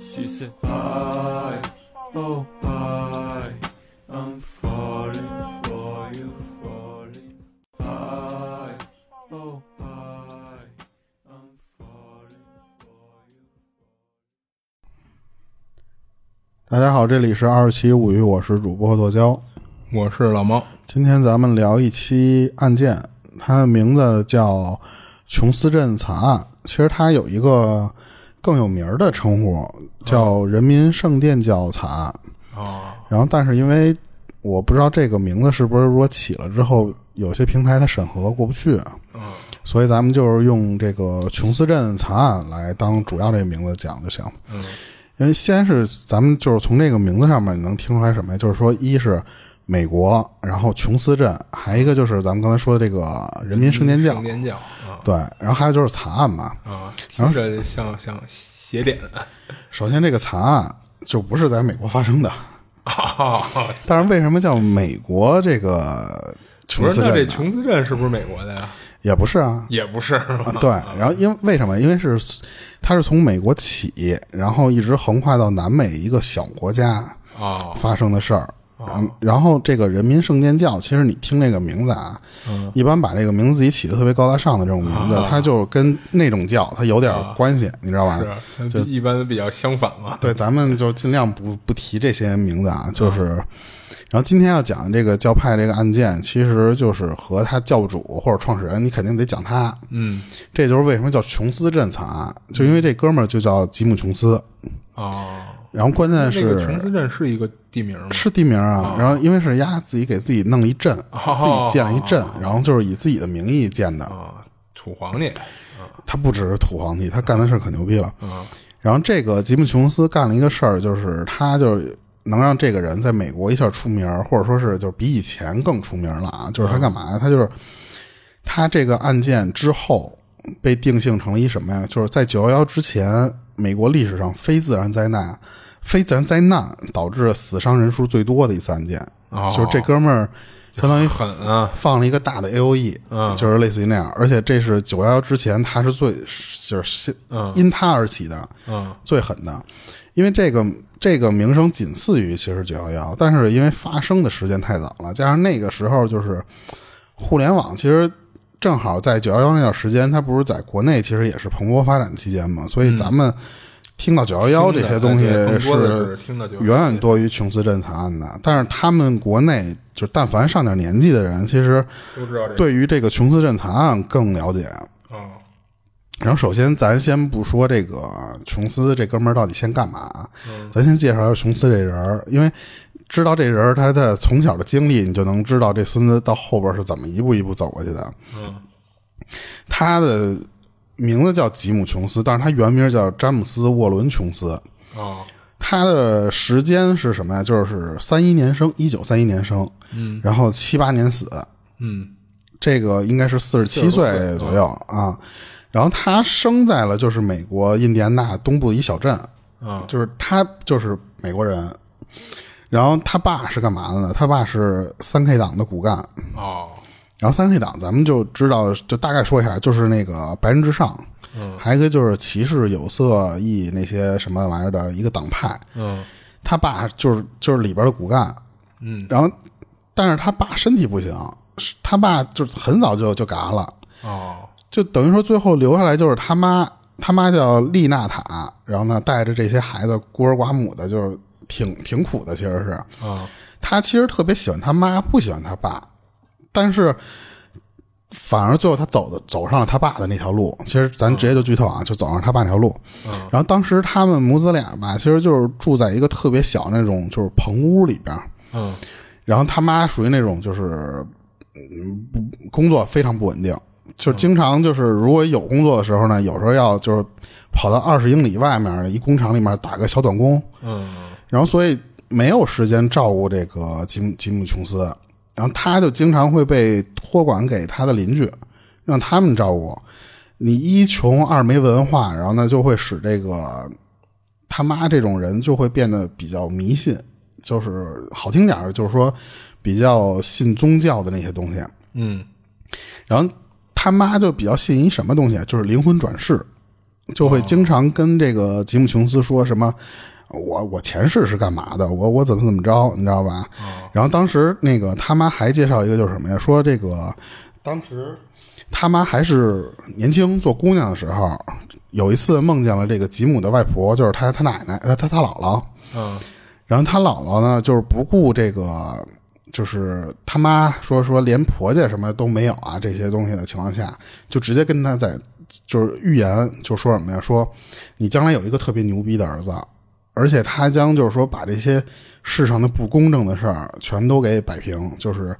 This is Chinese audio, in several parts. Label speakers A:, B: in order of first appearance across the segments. A: She said, I, oh, I, I'm falling for you, falling. I, oh, I, I'm falling for you.
B: 大家好，这里是二十七物语，我是主播剁椒。
C: 我是老猫，
B: 今天咱们聊一期案件，它的名字叫《琼斯镇惨案》。其实它有一个更有名儿的称呼，叫“人民圣殿教惨案”。
C: 哦，
B: 然后，但是因为我不知道这个名字是不是说起了之后，有些平台它审核过不去，所以咱们就是用这个“琼斯镇惨案”来当主要这个名字讲就行。
C: 嗯，
B: 因为先是咱们就是从这个名字上面能听出来什么呀？就是说，一是美国，然后琼斯镇，还一个就是咱们刚才说的这个人民圣殿教
C: 圣，殿教啊
B: 对，然后还有就是惨案嘛。
C: 啊，听着像像邪 典
B: 首先，这个惨案就不是在美国发生的，
C: 啊，
B: 但是为什么叫美国这个
C: 不
B: 琼
C: 是
B: 斯
C: 那这
B: 镇呢？
C: 琼斯镇是不是美国的呀？
B: 也不是 啊，
C: 也不是，
B: 啊，对，然后因为为什么？因为是它是从美国起，然后一直横跨到南美一个小国家
C: 哦
B: 发生的事儿。然然后这个人民圣殿教，其实你听这个名字啊，
C: 嗯
B: 一般把这个名字自己起的特别高大上的这种名
C: 啊
B: 字，它就跟那种教它有点关系，你知道吧？
C: 是比一般比较相反嘛。
B: 对，咱们就尽量不不提这些名字
C: 嗯
B: 啊，就是。然后今天要讲的这个教派这个案件，其实就是和他教主或者创始人，你肯定得讲他。
C: 嗯，
B: 这就是为什么叫琼斯镇惨案，就因为这哥们儿就叫吉姆·琼斯。
C: 哦，
B: 然后关键
C: 那个琼
B: 是
C: 斯镇是一个地名吗？
B: 是地名啊，然后因为是丫自己给自己弄了一镇，
C: 哦
B: 自己建了一镇，然后就是以自己的名义建的。
C: 啊，土皇帝
B: 他不只是土皇帝，他干的事儿可牛逼了。
C: 啊
B: 然后这个吉姆·琼斯干了一个事儿，就是他就是能让这个人在美国一下出名儿，或者说是就是比以前更出名了啊。就是他干嘛呀？他就是他这个案件之后被定性成了一什么呀？就是在九幺幺之前，美国历史上非自然灾难、非自然灾难导致死伤人数最多的一次案件。
C: 哦
B: 就是这哥们儿相当于
C: 狠啊，
B: 放了一个大的 A O E，
C: 嗯
B: 就是类似于那样，而且这是九幺幺之前，他是最就是先
C: 嗯
B: 因他而起的
C: 嗯
B: 最狠的，因为这个这个名声仅次于其实九幺幺，但是因为发生的时间太早了，加上那个时候就是互联网，其实正好在九幺幺那段时间，它不是在国内其实也是蓬勃发展期间嘛，所以咱们听到九幺幺这些东西
C: 嗯听着更多的
B: 是
C: 是听到就
B: 远远多于琼斯镇惨案的，但是他们国内就是但凡上点年纪的人，其实
C: 都知道这个
B: 对于这个琼斯镇惨案更了解。
C: 啊
B: 然后首先咱先不说这个琼斯这哥们儿到底先干嘛啊，咱先介绍一下琼斯这人儿，因为知道这人儿他的从小的经历，你就能知道这孙子到后边是怎么一步一步走过去的。
C: 嗯
B: 他的名字叫吉姆·琼斯，但是他原名叫詹姆斯·沃伦·琼斯。
C: 啊
B: 他的时间是什么呀？就是三一年生，一九三一年生，嗯，然后七八年死，
C: 嗯
B: 这个应该是四十七岁左右啊。然后他生在了就是美国印第安纳东部一小镇，
C: 啊
B: 就是他就是美国人。然后他爸是干嘛的呢？他爸是三 K 党的骨干。
C: 哦
B: 然后三 K 党咱们就知道，就大概说一下，就是那个白人至上，还有一个就是歧视有色裔那些什么玩意儿的一个党派。
C: 嗯
B: 他爸就是就是里边的骨干，
C: 嗯，
B: 然后但是他爸身体不行，是他爸就是很早就就嘎了，
C: 哦
B: 就等于说最后留下来就是他妈，他妈叫丽娜塔，然后呢带着这些孩子孤儿寡母的，就是挺挺苦的，其实是
C: 啊
B: 他其实特别喜欢他妈，不喜欢他爸，但是。反而最后他走的走上了他爸的那条路，其实咱直接就剧透啊，就走上他爸那条路。然后当时他们母子俩吧，其实就是住在一个特别小那种就是棚屋里边儿，
C: 嗯
B: 然后他妈属于那种就是，嗯，不工作非常不稳定，就经常就是如果有工作的时候呢，有时候要就是跑到二十英里外面的一工厂里面打个小短工，
C: 嗯
B: 然后所以没有时间照顾这个吉姆吉姆琼斯，然后他就经常会被托管给他的邻居，让他们照顾。你一穷二没文化，然后呢就会使这个他妈这种人就会变得比较迷信，就是好听点儿就是说比较信宗教的那些东西。
C: 嗯
B: 然后他妈就比较信一什么东西啊，就是灵魂转世。就会经常跟这个吉姆·琼斯说什么。我我前世是干嘛的？我我怎么怎么着？你知道吧？然后当时那个他妈还介绍一个就是什么呀？说这个当时他妈还是年轻做姑娘的时候，有一次梦见了这个吉姆的外婆，就是他他奶奶，呃他他姥姥。
C: 嗯
B: 然后他姥姥呢，就是不顾这个，就是他妈说说连婆家什么都没有啊这些东西的情况下，就直接跟他在就是预言，就说什么呀？说你将来有一个特别牛逼的儿子，啊而且他将就是说把这些世上的不公正的事儿全都给摆平，就是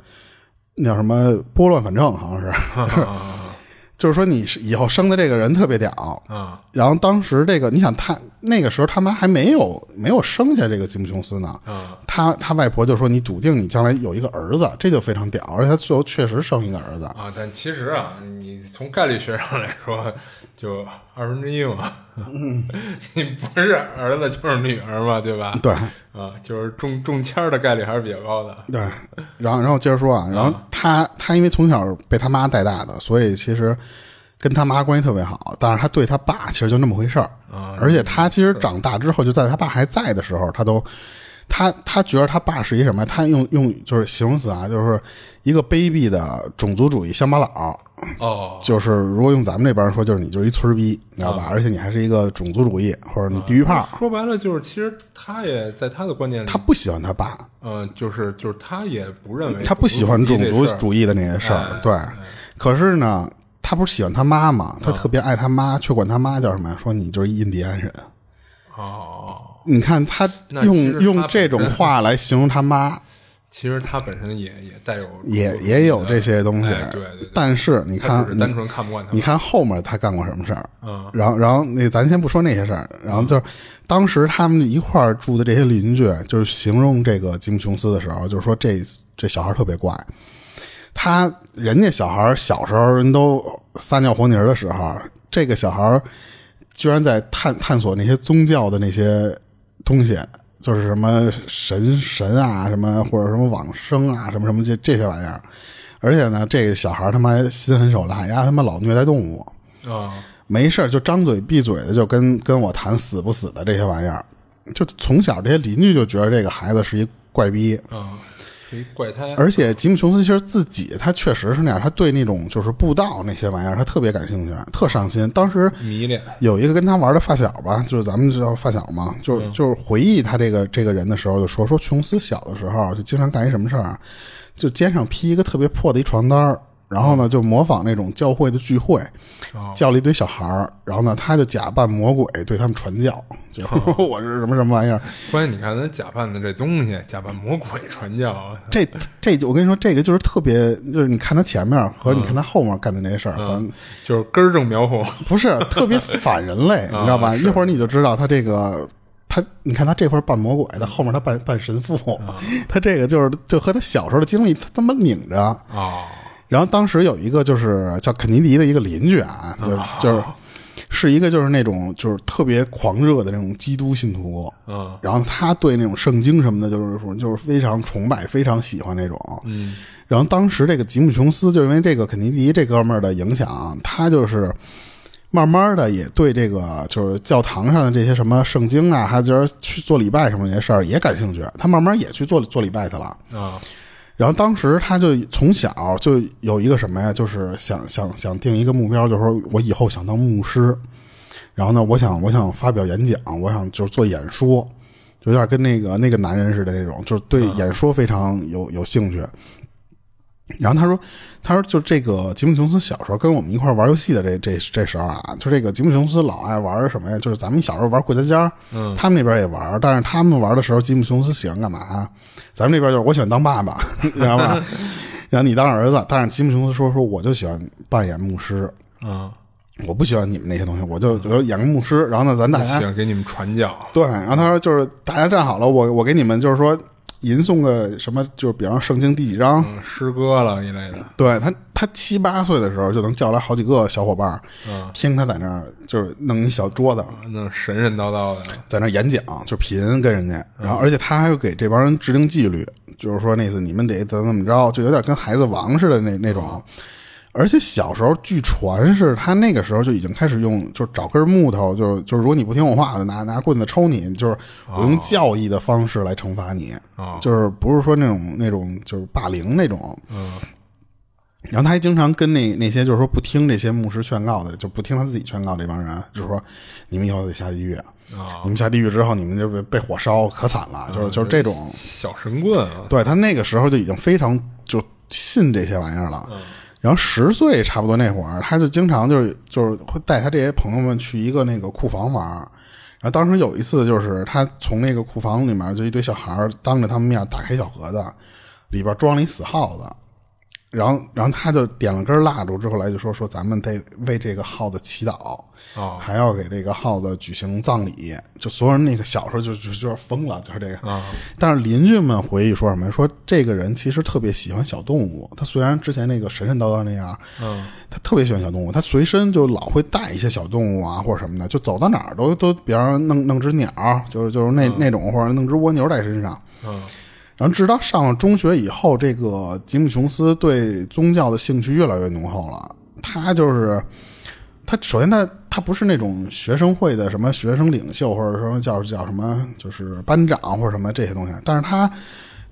B: 那叫什么拨乱反正，好像是， 就是说你是以后生的这个人特别屌，
C: 嗯
B: 然后当时这个，你想他那个时候他妈还没有没有生下这个吉姆琼斯呢，
C: 嗯
B: 他他外婆就说你笃定你将来有一个儿子，这就非常屌，而且他最后确实生一个儿子。
C: 啊，但其实啊，你从概率学上来说，就二分之一嘛，
B: 嗯
C: 你不是儿子就是女儿嘛，对吧？
B: 对
C: 啊，就是中中签儿的概率还是比较高的。
B: 对，然后然后接着说啊，然后
C: 嗯
B: 他他因为从小被他妈带大的，所以其实跟他妈关系特别好，但是他对他爸其实就那么回事儿，
C: 啊
B: 而且他其实长大之后，就在他爸还在的时候，他都，他他觉得他爸是一什么？他用用就是形容词啊，就是一个卑鄙的种族主义乡巴佬。
C: 哦，
B: 就是如果用咱们这边儿说，就是你就是一村儿逼，你知道吧？
C: 啊
B: 而且你还是一个种族主义或者你地域炮。
C: 说白了就是，其实他也在他的观念里，
B: 他不喜欢他爸，
C: 嗯、就是就是他也不认为
B: 他不喜欢种族主义的那些事
C: 哎啊
B: 儿，对。可是呢，他不是喜欢他妈吗？他特别爱他妈，却管他妈叫什么呀？说你就是一印第安人。
C: 哦，
B: 你看他
C: 那
B: 用
C: 其实他
B: 用
C: 本
B: 这种
C: 身
B: 话来形容他妈，
C: 其实他本身也也带有
B: 也也有这些东西，
C: 哎对对对
B: 但是你
C: 他
B: 看
C: 只是单
B: 你，
C: 纯看不惯他
B: 你
C: 们。
B: 看后面他干过什么事儿？
C: 嗯
B: 然后，然后那咱先不说那些事儿，然后就是当时他们一块儿住的这些邻居，就是形容这个吉姆琼斯的时候，就是说这这小孩儿特别怪。他人家小孩儿小时候人都撒尿和泥儿的时候，这个小孩儿居然在探探索那些宗教的那些东西，就是什么神神啊，什么或者什么往生啊，什么什么这这些玩意儿。而且呢，这个小孩儿他妈心狠手辣，丫他妈老虐待动物。
C: 啊
B: 没事儿就张嘴闭嘴的就跟跟我谈死不死的这些玩意儿，就从小这些邻居就觉得这个孩子是一怪逼，
C: 啊，是一怪胎。
B: 而且吉姆琼斯其实自己他确实是那样，他对那种就是布道那些玩意儿他特别感兴趣，特上心。当时
C: 迷恋，
B: 有一个跟他玩的发小吧，就是咱们知道发小嘛，就是就是回忆他这个这个人的时候，就说说琼斯小的时候就经常干一什么事儿啊，就肩上披一个特别破的一床单儿，然后呢就模仿那种教会的聚会
C: 哦，
B: 叫了一堆小孩儿，然后呢他就假扮魔鬼对他们传教，就 我是什么什么玩意儿，
C: 关键你看咱假扮的这东西，假扮魔鬼传教，
B: 这这就我跟你说，这个就是特别就是你看他前面和你看他后面干的那些事儿，咱们。
C: 就是根儿正苗红。
B: 不是特别反人类，你知道吧？一会儿你就知道他这个。他，你看他这块儿扮魔鬼，他后面他扮扮神父，他这个就是就和他小时候的经历，他他妈拧着。
C: 哦，
B: 然后当时有一个就是叫肯尼迪的一个邻居啊，就是就是是一个就是那种就是特别狂热的那种基督信徒，
C: 嗯
B: 然后他对那种圣经什么的，就是说就是非常崇拜、非常喜欢那种。
C: 嗯
B: 然后当时这个吉姆琼斯就因为这个肯尼迪这哥们儿的影响，他就是慢慢的也对这个就是教堂上的这些什么圣经啊，还有就是去做礼拜什么这些事儿也感兴趣，他慢慢也去做做礼拜去了。
C: 啊
B: 然后当时他就从小就有一个什么呀，就是想想想定一个目标，就是说我以后想当牧师，然后呢，我想我想发表演讲，我想就是做演说，就有点跟那个那个男人似的那种，就是对演说非常有 有兴趣。然后他说，他说就这个吉姆琼斯小时候跟我们一块玩游戏的这这这时候啊，就这个吉姆琼斯老爱玩什么呀？就是咱们小时候玩过家家，
C: 嗯
B: 他们那边也玩，但是他们玩的时候，吉姆琼斯喜欢干嘛啊？咱们这边就是我喜欢当爸 爸，你知道吧？然后你当儿子，但是吉姆琼斯说说我就喜欢扮演牧师，
C: 嗯，
B: 我不喜欢你们那些东西，我就我就演个牧师。然后呢，咱大家
C: 想给你们传教。
B: 对，然后他说就是大家站好了，我我给你们就是说吟诵个什么，就是比方说圣经第几章，
C: 嗯，诗歌了一类的，
B: 对他，他七八岁的时候就能叫来好几个小伙伴儿，听他在那儿就是弄一小桌子，
C: 那神神叨叨的，
B: 在那儿演讲，就贫跟人家，然后而且他还要给这帮人制定纪律，就是说那次你们得怎么怎么着，就有点跟孩子王似的那那种。而且小时候，据传是他那个时候就已经开始用，就找根木头，就是就是，如果你不听我话，我就拿拿棍子抽你，就是我用教育的方式来惩罚你，
C: 啊，
B: 就是不是说那种那种就是霸凌那种。然后他还经常跟那那些就是说不听这些牧师劝告的，就不听他自己劝告这帮人，就是说你们以后得下地狱，
C: 啊
B: 你们下地狱之后你们就被被火烧，可惨了，就是就是这种。
C: 小神棍啊，
B: 对他那个时候就已经非常就信这些玩意儿了。然后十岁差不多那会儿，他就经常就是就是会带他这些朋友们去一个那个库房玩儿。然后当时有一次，就是他从那个库房里面就一堆小孩儿当着他们面打开小盒子，里边装了一死耗子。然后，然后他就点了根蜡烛，之后来就说说咱们得为这个耗子祈祷，
C: 啊
B: 还要给这个耗子举行葬礼。就所有人那个小时候就就就要疯了，就是这个。
C: 啊
B: 但是邻居们回忆说什么？说这个人其实特别喜欢小动物。他虽然之前那个神神叨叨那样，
C: 嗯，
B: 他特别喜欢小动物，他随身就老会带一些小动物啊，或者什么的，就走到哪儿都都，比方说弄弄只鸟，就是就是那、那种，或者弄只蜗牛在身上。
C: 嗯，
B: 然后直到上了中学以后，这个吉姆琼斯对宗教的兴趣越来越浓厚了。他就是他，首先他他不是那种学生会的什么学生领袖，或者说叫叫什么，就是班长或者什么这些东西，啊但是他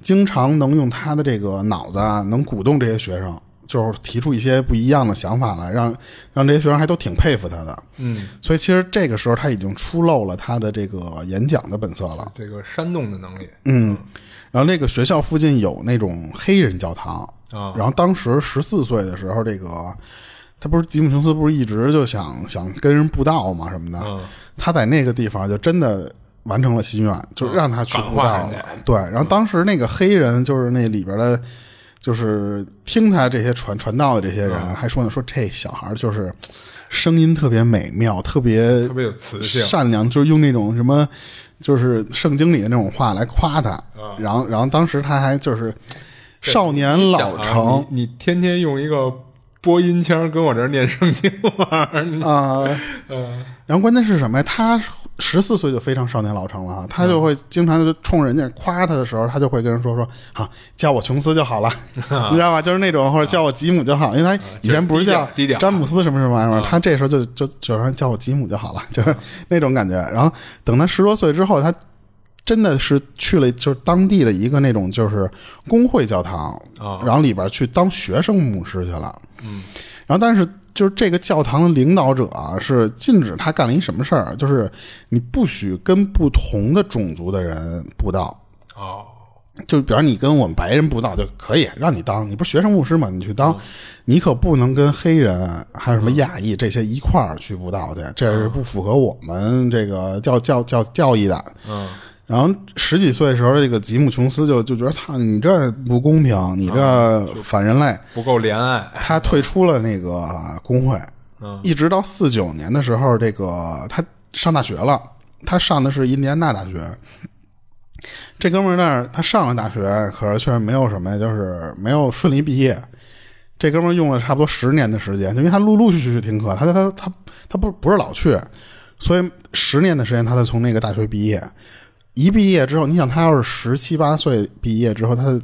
B: 经常能用他的这个脑子啊，能鼓动这些学生，就是提出一些不一样的想法来，让让这些学生还都挺佩服他的。
C: 嗯，
B: 所以其实这个时候他已经出露了他的这个演讲的本色了。
C: 这个煽动的能力
B: 嗯，然后那个学校附近有那种黑人教堂，
C: 啊，
B: 然后当时十四岁的时候，这个他不是吉姆琼斯不是一直就想想跟人布道嘛什么的，
C: 嗯
B: 他在那个地方就真的完成了心愿，就让他去布道
C: 感化人
B: 了
C: 家。
B: 对，然后当时那个黑人就是那里边的，就是听他这些传传道的这些人
C: 嗯
B: 还说呢，说这小孩就是声音特别美妙，特别
C: 特别有磁性
B: 善良，就是用那种什么，就是圣经里的那种话来夸他。
C: 啊。
B: 然后，然后当时他还就是少年老成
C: 你你天天用一个播音腔跟我这儿念圣经玩儿，你
B: 啊、
C: 嗯
B: 然后关键是什么呀？他十四岁就非常少年老成了哈，他就会经常就冲人家夸他的时候，他就会跟人说说啊，叫我琼斯 就好了，你知道吧？就是那种或者叫我吉姆就好，因为他以前不是叫
C: 啊低调低调啊
B: 詹姆斯什么什么玩意儿，他这时候就就就说叫我吉姆就好了，就是那种感觉。然后等他十多岁之后，他。真的是去了，就是当地的一个那种就是工会教堂，
C: 啊
B: 然后里边去当学生牧师去了。
C: 嗯，
B: 然后但是就是这个教堂的领导者啊，是禁止他干了一什么事儿，啊就是你不许跟不同的种族的人布道。
C: 哦，
B: 就比方你跟我们白人布道就可以，让你当，你不是学生牧师吗？你去
C: 嗯
B: 当，你可不能跟黑人还有什么亚裔这些一块儿去布道去，这是不符合我们这个教教教教义的。
C: 嗯
B: 然后十几岁的时候，这个吉姆琼斯就就觉得操，你这不公平，你
C: 啊
B: 这反人类，
C: 不够怜爱，
B: 他退出了那个工会，
C: 嗯
B: 一直到四九年的时候，这个他上大学了，他上的是印第安纳大学。这哥们儿那儿他上了大学，可是却没有什么呀，就是没有顺利毕业。这哥们儿用了差不多十年的时间，因为他陆陆续续停课，他他他他不不是老去，所以十年的时间他才从那个大学毕业。一毕业之后，你想他要是十七八岁毕业之后，他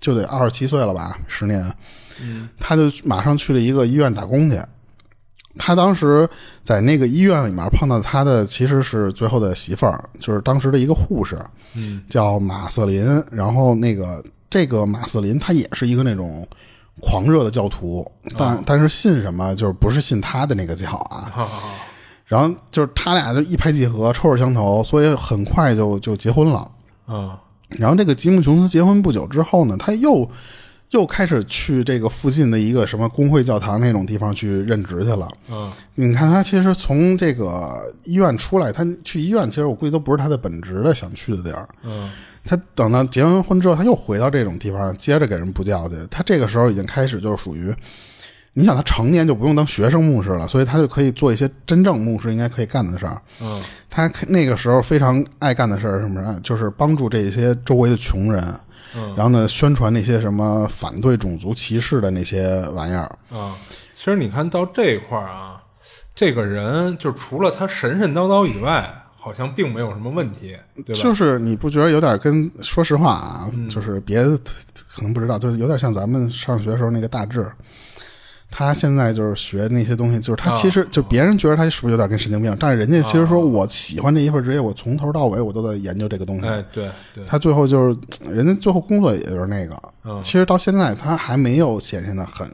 B: 就得二十七岁了吧？十年，他就马上去了一个医院打工去。他当时在那个医院里面碰到他的其实是最后的媳妇儿，就是当时的一个护士，
C: 嗯，
B: 叫马瑟林。然后那个这个马瑟林，他也是一个那种狂热的教徒，但、但是信什么就是不是信他的那个教啊。
C: 好好好
B: 然后就是他俩就一拍即合，臭味相投，所以很快就就结婚了。
C: 嗯
B: 然后这个吉姆琼斯结婚不久之后呢，他又又开始去这个附近的一个什么工会教堂那种地方去任职去了。
C: 嗯
B: 你看他其实从这个医院出来，他去医院其实我估计都不是他的本职的想去的地儿。
C: 嗯
B: 他等到结完婚之后，他又回到这种地方，接着给人布教去。他这个时候已经开始就是属于，你想他成年就不用当学生牧师了，所以他就可以做一些真正牧师应该可以干的事儿。
C: 嗯
B: 他那个时候非常爱干的事儿是什么呢？就是帮助这些周围的穷人，
C: 嗯
B: 然后呢，宣传那些什么反对种族歧视的那些玩意儿。
C: 嗯，其实你看到这块儿啊，这个人就除了他神神叨叨以外，好像并没有什么问题，对吧？嗯
B: 就是你不觉得有点跟说实话啊，就是别可能不知道，就是有点像咱们上学时候那个大志，他现在就是学那些东西，就是他
C: 啊
B: 其实就别人觉得他是不是有点跟神经病，但是人家其实说
C: 啊
B: 我喜欢这一份职业，我从头到尾我都在研究这个东西。
C: 哎，对对，
B: 他最后就是人家最后工作也就是那个，
C: 嗯
B: 其实到现在他还没有显现的很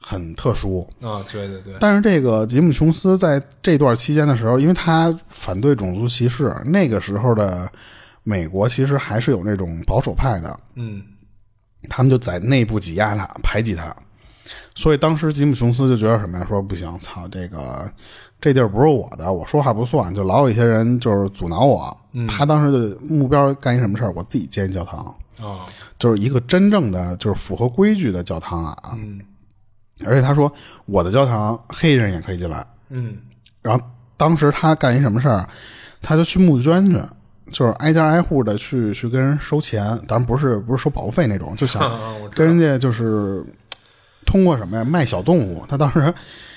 B: 很特殊。
C: 啊，对对对，
B: 但是这个吉姆·琼斯在这段期间的时候，因为他反对种族歧视，那个时候的美国其实还是有那种保守派的，
C: 嗯
B: 他们就在内部挤压他、排挤他。所以当时吉姆·琼斯就觉得什么呀？说不行，操，这个这地儿不是我的，我说话不算，就老有一些人就是阻挠我。
C: 嗯
B: 他当时的目标干一什么事儿？我自己建一教堂，
C: 啊，
B: 就是一个真正的就是符合规矩的教堂啊。
C: 嗯
B: 而且他说，我的教堂黑人也可以进来。
C: 嗯
B: 然后当时他干一什么事儿，他就去募捐去，就是挨家挨户的去去跟人收钱，当然不是不是收保护费那种，就
C: 啊
B: 想
C: 啊，我知
B: 跟
C: 道
B: 人家就是通过什么呀卖小动物。他当时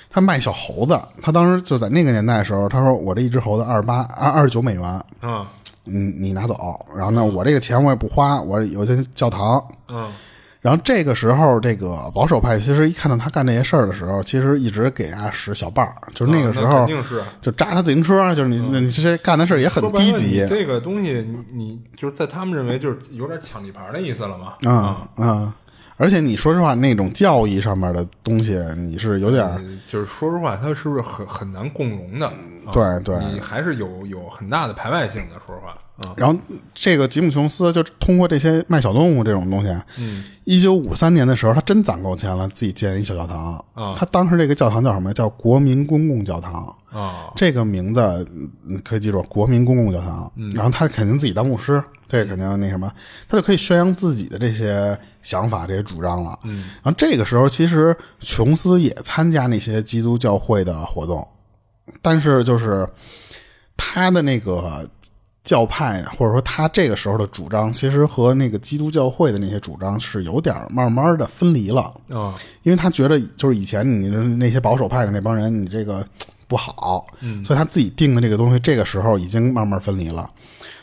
B: 他卖小猴子，他当时就在那个年代的时候，他说我这一只猴子二十八二二十九美元，
C: 啊
B: 嗯，你拿走，然后呢我这个钱我也不花，我有些教堂。
C: 啊
B: 然后这个时候，这个保守派其实一看到他干这些事儿的时候，其实一直给他使小棒儿，就是那个时候、
C: 啊肯定是
B: 就扎他自行车，啊就是你、你这些干的事儿也很
C: 说白
B: 低
C: 了
B: 级嗯
C: 你这个东西你你就是在他们认为就是有点抢地盘的意思了嘛，
B: 啊啊！而且你说实话，那种教义上面的东西，你是啊有点儿、
C: 嗯就是说实话，它是不是很很难共融的？啊
B: 对对。
C: 你还是有有很大的排外性的，说实话啊，
B: 然后这个吉姆·琼斯就通过这些卖小动物这种东西，啊
C: 嗯
B: 一九五三年的时候，他真攒够钱了，自己建一小教堂。
C: 啊
B: 他当时这个教堂叫什么呀？叫国民公共教堂。
C: 啊，
B: 这个名字嗯可以记住，国民公共教堂。然后他肯定自己当牧师，这肯定那什么，他就可以宣扬自己的这些想法、这些主张了。嗯，然后这个时候，其实琼斯也参加那些基督教会的活动，但是就是他的那个教派，或者说他这个时候的主张，其实和那个基督教会的那些主张是有点儿慢慢的分离了。
C: 啊，
B: 因为他觉得就是以前你的那些保守派的那帮人，你这个不好，所以他自己定的这个东西，这个时候已经慢慢分离了。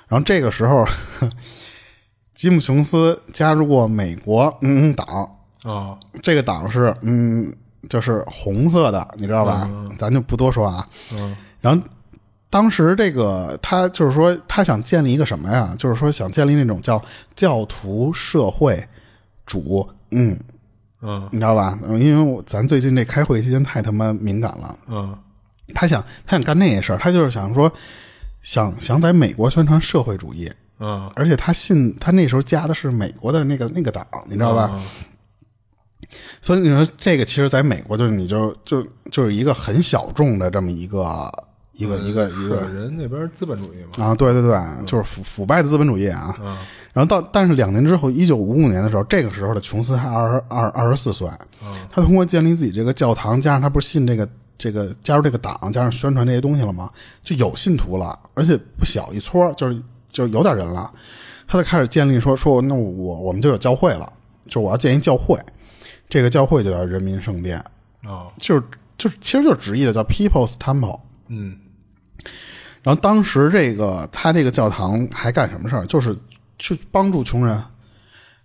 B: 然后这个时候，吉姆·琼斯加入过美国嗯嗯党，
C: 啊，
B: 这个党是嗯就是红色的，你知道吧？咱就不多说啊。
C: 嗯
B: 然后当时这个他就是说他想建立一个什么呀？就是说想建立那种叫教徒社会主嗯
C: 嗯
B: 你知道吧？嗯因为我咱最近这开会期间太他妈敏感了。
C: 嗯
B: 他想，他想干那些事儿，他就是想说，想想在美国宣传社会主义，
C: 嗯，
B: 而且他信，他那时候加的是美国的那个那个党，你知道吧？
C: 嗯？
B: 所以你说这个其实在美国就是你就就就是一个很小众的这么一个一个一个一个
C: 是人那边资本主义嘛，
B: 啊，对对对，就是腐腐败的资本主义啊。
C: 嗯
B: 然后到但是两年之后，一九五五年的时候，这个时候的琼斯还二二二十四岁，他通过建立自己这个教堂，加上他不是信这个这个加入这个党，加上宣传这些东西了吗？就有信徒了，而且不小一撮，就是就有点人了。他就开始建立说说那我我们就有教会了，就是我要建一教会，这个教会就叫人民圣殿，
C: 啊，
B: 就是就是其实就是直译的叫 People's Temple。
C: 嗯
B: 然后当时这个他这个教堂还干什么事儿？就是去帮助穷人。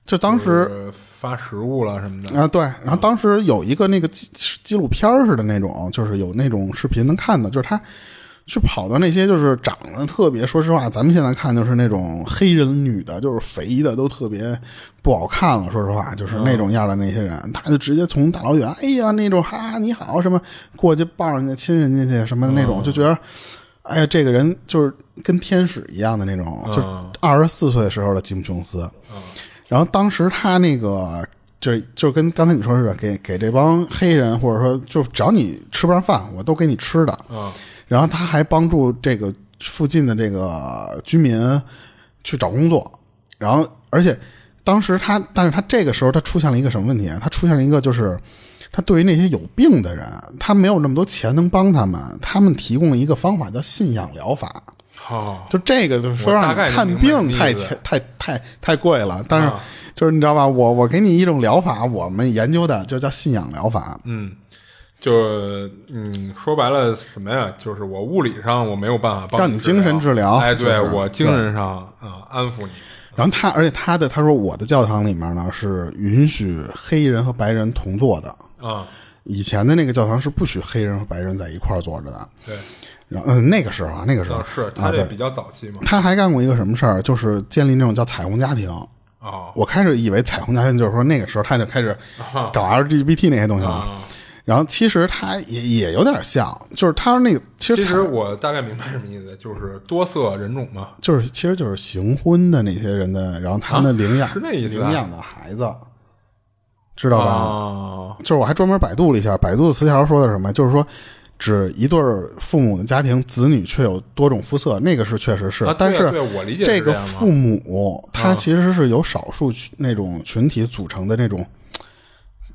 B: 就当时
C: 就是发食物了什么的，
B: 啊、对，然后当时有一个那个纪纪录片儿似的那种，就是有那种视频能看的，就是他去跑到那些就是长得特别，说实话，咱们现在看就是那种黑人女的，就是肥的都特别不好看了，说实话，就是那种样的那些人，他就直接从大老远，哎呀那种哈哈你好什么过去抱人家亲人家去什么的那种，就觉得。哎呀，这个人就是跟天使一样的那种，就
C: 嗯
B: 二十四岁时候的吉姆·琼斯。然后当时他那个就就跟刚才你说似的，给给这帮黑人或者说就只要你吃不上饭，我都给你吃的。
C: 啊
B: 然后他还帮助这个附近的这个居民去找工作，然后而且当时他，但是他这个时候他出现了一个什么问题啊？他出现了一个就是。他对于那些有病的人，他没有那么多钱能帮他们，他们提供了一个方法叫信仰疗法。
C: 好，
B: 就这个，就是说
C: 我
B: 让
C: 大概能
B: 你看
C: 明白
B: 病
C: 你的
B: 太
C: 意思
B: 钱太太太贵了，但是
C: 啊
B: 就是你知道吧？我我给你一种疗法，我们研究的就叫信仰疗法。
C: 嗯。就是嗯，说白了什么呀？就是我物理上我没有办法帮
B: 让你
C: 治疗
B: 精神治疗
C: 哎，
B: 就
C: 对、
B: 是
C: 我精
B: 对
C: 神上啊安抚你，
B: 然后他，而且他的他说我的教堂里面呢是允许黑人和白人同坐的，
C: 啊
B: 以前的那个教堂是不许黑人和白人在一块儿坐着的。
C: 对，
B: 然后，嗯、那个时候啊，那个时候、
C: 啊是
B: 啊
C: 他这
B: 对
C: 比较早期嘛，
B: 他还干过一个什么事儿，就是建立那种叫彩虹家庭。
C: 哦，
B: 我开始以为彩虹家庭就是说那个时候他就开始
C: 啊
B: 搞 LGBT 那些东西了，
C: 啊，
B: 然后其实他也也有点像，就是他那个其
C: 其
B: 实彩
C: 实我大概明白什么意思，就是多色人种嘛，
B: 就是其实就是行婚的那些人的，然后他们领养、
C: 是那意思啊
B: 领养的孩子，知道吧？
C: 啊，
B: 就是我还专门百度了一下，百度的词条说的什么，就是说指一对儿父母的家庭子女却有多种肤色，那个是确实是，
C: 啊
B: 但
C: 对
B: 是
C: 对我理解是
B: 这个
C: 这样啊嘛
B: 父母他
C: 啊
B: 其实是由少数群那种群体组成的那种。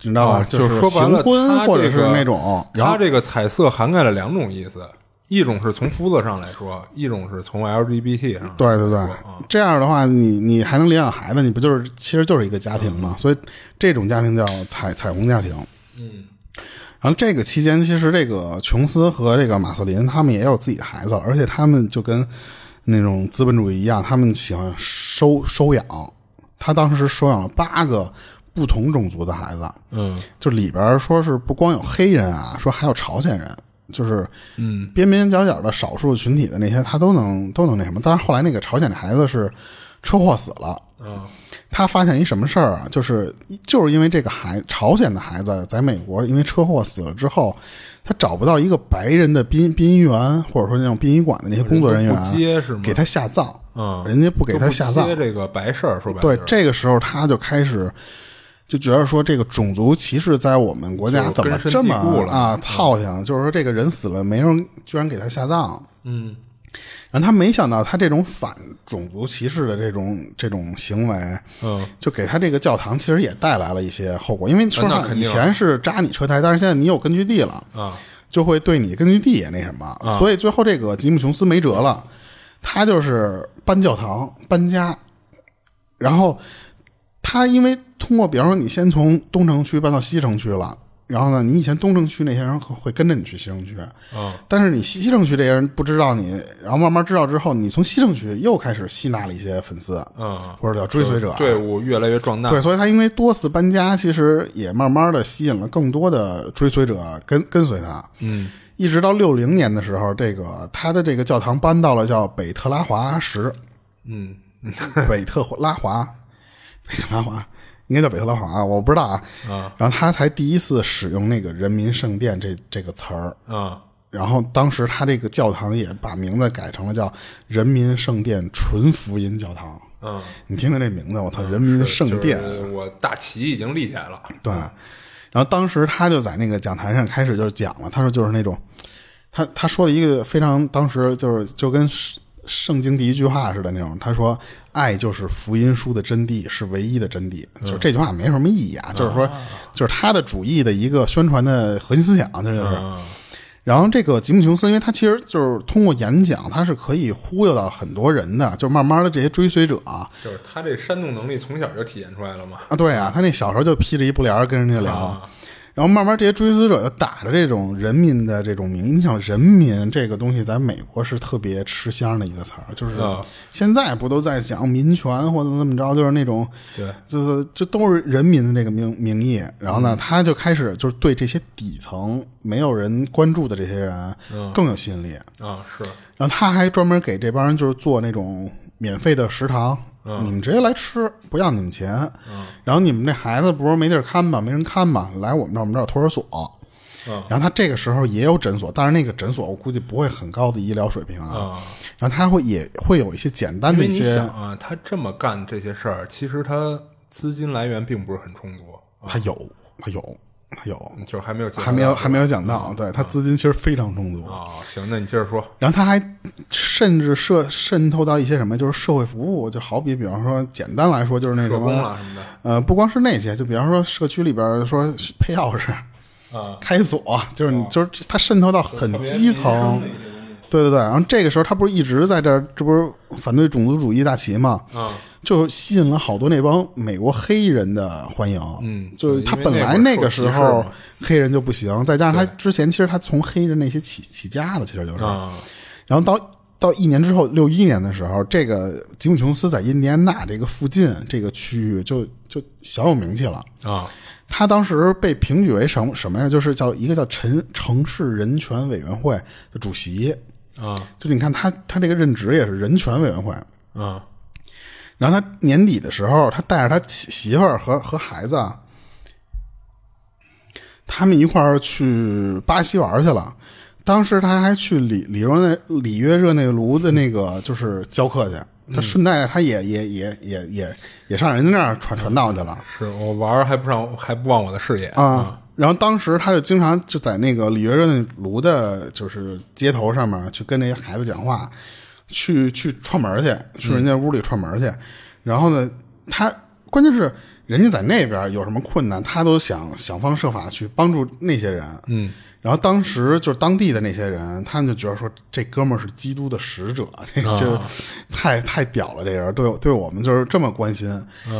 B: 你知道吧？
C: 啊
B: 就
C: 就是说白
B: 行
C: 了
B: 婚
C: 他
B: 或者
C: 这
B: 是
C: 个
B: 那种，然后
C: 它这个彩色涵盖了两种意思，一种是从肤色上来说，一种是从 LGBT 上来说。
B: 对对对，这样的话，你你还能领养孩子，你不就是其实就是一个家庭嘛？所以这种家庭叫彩彩虹家庭。
C: 嗯，
B: 然后这个期间，其实这个琼斯和这个马瑟林他们也有自己的孩子，而且他们就跟那种资本主义一样，他们喜欢收收养。他当时收养了八个不同种族的孩子，
C: 嗯
B: 就里边说是不光有黑人啊，说还有朝鲜人，就是
C: 嗯
B: 边边角角的少数群体的那些，他都能都能那什么。但是后来那个朝鲜那孩子是车祸死了，
C: 啊
B: 他发现一什么事儿啊？就是就是因为这个孩朝鲜的孩子在美国因为车祸死了之后，他找不到一个白人的殡殡仪员或者说那种殡仪馆的那些工作人
C: 人都不接
B: 员啊
C: 是吗
B: 给他下葬，
C: 嗯，
B: 人家不给他下
C: 都
B: 葬
C: 不，接这个白事儿，说白了
B: 对，
C: 就是
B: 这个时候他就开始就觉得说，这个种族歧视在我们国家
C: 就
B: 怎么
C: 根深
B: 这么
C: 蒂固了嗯
B: 啊操性？就是说，这个人死了，没人居然给他下葬。
C: 嗯
B: 然后他没想到，他这种反种族歧视的这种这种行为，
C: 嗯
B: 就给他这个教堂其实也带来了一些后果。因为说实
C: 那
B: 话，
C: 肯
B: 以
C: 定啊
B: 前是扎你车胎，但是现在你有根据地了，
C: 啊
B: 就会对你根据地也那什么。所以最后这个吉姆琼斯没辙了，他就是搬教堂、搬家，然后他因为通过，比方说你先从东城区搬到西城区了，然后呢，你以前东城区那些人会会跟着你去西城区，
C: 啊
B: 但是你西西城区这些人不知道你，然后慢慢知道之后，你从西城区又开始吸纳了一些粉丝
C: 嗯，
B: 或者叫追随者，啊
C: 队伍越来越壮大
B: 对，。所以他因为多次搬家，其实也慢慢的吸引了更多的追随者跟跟随他。
C: 嗯
B: 一直到六零年的时候，这个他的这个教堂搬到了叫北特拉 华什，
C: 嗯
B: 北特拉华，北特拉华应该叫北特拉华啊，我不知道啊。
C: 啊
B: 然后他才第一次使用那个“人民圣殿这”这个词儿。
C: 啊
B: 然后当时他这个教堂也把名字改成了叫“人民圣殿纯福音教堂
C: 嗯，”。
B: 你听听这名字，我操，人民圣殿，
C: 就是我大旗已经立起来了。
B: 对，然后当时他就在那个讲台上开始就是讲了，他说就是那种，他他说了一个非常当时就是就跟圣圣经第一句话似的那种，他说爱就是福音书的真谛，是唯一的真谛。就是这句话没什么意义啊，就是说就是他的主义的一个宣传的核心思想，这就是。
C: 嗯
B: 然后这个吉姆·琼斯，因为他其实就是通过演讲，他是可以忽悠到很多人的，就慢慢的这些追随者啊，
C: 就是他这煽动能力从小就体现出来了嘛。
B: 啊，对啊，他那小时候就披着一布帘儿跟人家聊，然后慢慢这些追随者就打着这种人民的这种名义，你想人民这个东西在美国是特别吃香的一个词儿，就是
C: 啊
B: 现在不都在讲民权或者怎么着，就是那种
C: 对，
B: 就是这都是人民的这个名名义，然后呢，他就开始就是对这些底层没有人关注的这些人更有吸引力，
C: 啊是
B: 然后他还专门给这帮人就是做那种免费的食堂，
C: 嗯
B: 你们直接来吃，不要你们钱。然后你们这孩子不是没地儿看吗？没人看吗？来我们这儿，我们这儿有托儿所。
C: 嗯
B: 然后他这个时候也有诊所，但是那个诊所我估计不会很高的医疗水平啊。
C: 啊。
B: 然后他会也会有一些简单
C: 因
B: 的
C: 为
B: 一
C: 你
B: 些，
C: 想啊，他这么干这些事儿，其实他资金来源并不是很充足，啊
B: 他有他有他有，
C: 就是还没有
B: 还没有还没
C: 有嗯
B: 有讲到，对他资金其实非常充足。
C: 啊、行，那你接着说
B: 然后他还甚至涉渗透到一些什么，就是社会服务，就好比比方说简单来说就是那什
C: 社工
B: 么
C: 啊什么的
B: 呃，不光是那些，就比方说社区里边儿说配钥匙、
C: 啊，
B: 开锁，就是你就是它渗透到很基层。对对对，然后这个时候他不是一直在这儿，这不是反对种族主义大旗嘛，
C: 啊，
B: 就吸引了好多那帮美国黑人的欢迎。
C: 嗯
B: 就是
C: 对
B: 他
C: 因为
B: 本
C: 那会儿
B: 来那
C: 受
B: 个
C: 歧
B: 时
C: 视
B: 候
C: 嘛
B: 黑人就不行，再加上他之前其实他从黑人那些起起家的，其实就是。
C: 啊
B: 然后到到一年之后，六一年的时候，这个吉姆·琼斯在印第安纳这个附近这个区域就就小有名气了。
C: 啊
B: 他当时被评举为什么什么呀？就是叫一个叫城城市人权委员会的主席。
C: 啊
B: 就你看他他这个任职也是人权委员会。
C: 啊
B: 然后他年底的时候，他带着他媳媳妇儿和和孩子，他们一块儿去巴西玩去了。当时他还去里里热内里约热内卢的那个就是教课去，他顺带他也也也也也也上人家那儿传传道去了。
C: 是我玩儿还不上，还不忘我的视野
B: 啊。然后当时他就经常就在那个里约热内卢的，就是街头上面去跟那些孩子讲话，去去串门去，去人家屋里串门去。然后呢，他关键是人家在那边有什么困难，他都想想方设法去帮助那些人。嗯。然后当时就是当地的那些人，他们就觉得说这哥们儿是基督的使者，这
C: 啊
B: 这太太屌了，这人对我对我们就是这么关心。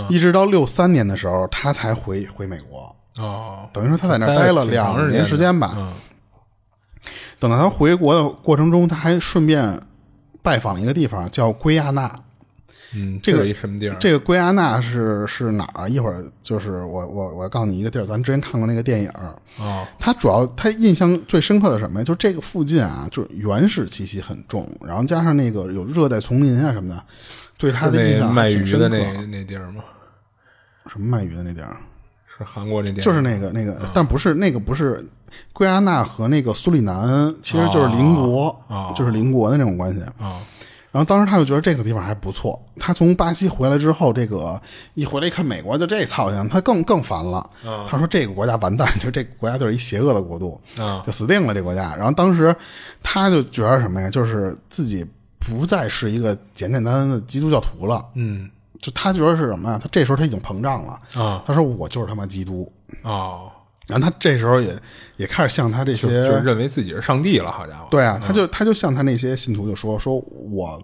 B: 一直到六三年的时候，他才回回美国。
C: 哦，
B: 等于说他在那儿待了两年时间吧。
C: 嗯
B: 等到他回国的过程中，他还顺便拜访了一个地方，叫圭亚那。
C: 嗯，
B: 这个
C: 有一什么地儿？
B: 这个圭亚那是是哪儿？啊一会儿就是我我我告诉你一个地儿，咱之前看过那个电影。
C: 哦
B: 他主要他印象最深刻的是什么呀？就是这个附近啊，就是原始气息很重，然后加上那个有热带丛林啊什么的，对他
C: 是
B: 的印
C: 那
B: 象
C: 卖
B: 还挺
C: 鱼
B: 深
C: 的
B: 刻
C: 那那地儿吗？
B: 什么卖鱼的那地儿，
C: 是韩国那地儿？
B: 就是那个那
C: 嗯
B: 个，但不是那个不是圭亚那和那个苏里南，其实就是邻国，
C: 哦
B: 就是邻国的那种关系。
C: 啊
B: 然后当时他就觉得这个地方还不错。他从巴西回来之后，这个一回来一看美国就这操性，他更更烦了。
C: 嗯
B: 他说这个国家完蛋，就这个国家就是一邪恶的国度，
C: 啊
B: 就死定了这国家。然后当时他就觉得什么呀，就是自己不再是一个简简单单的基督教徒了，
C: 嗯
B: 就他觉得是什么呀？他这时候他已经膨胀了。
C: 啊
B: 他说我就是他妈基督。
C: 哦，
B: 然后他这时候也也开始向他这
C: 就就嗯
B: 些，
C: 认为自己是上帝了，好家伙！
B: 对啊，他就他就向他那些信徒就说说我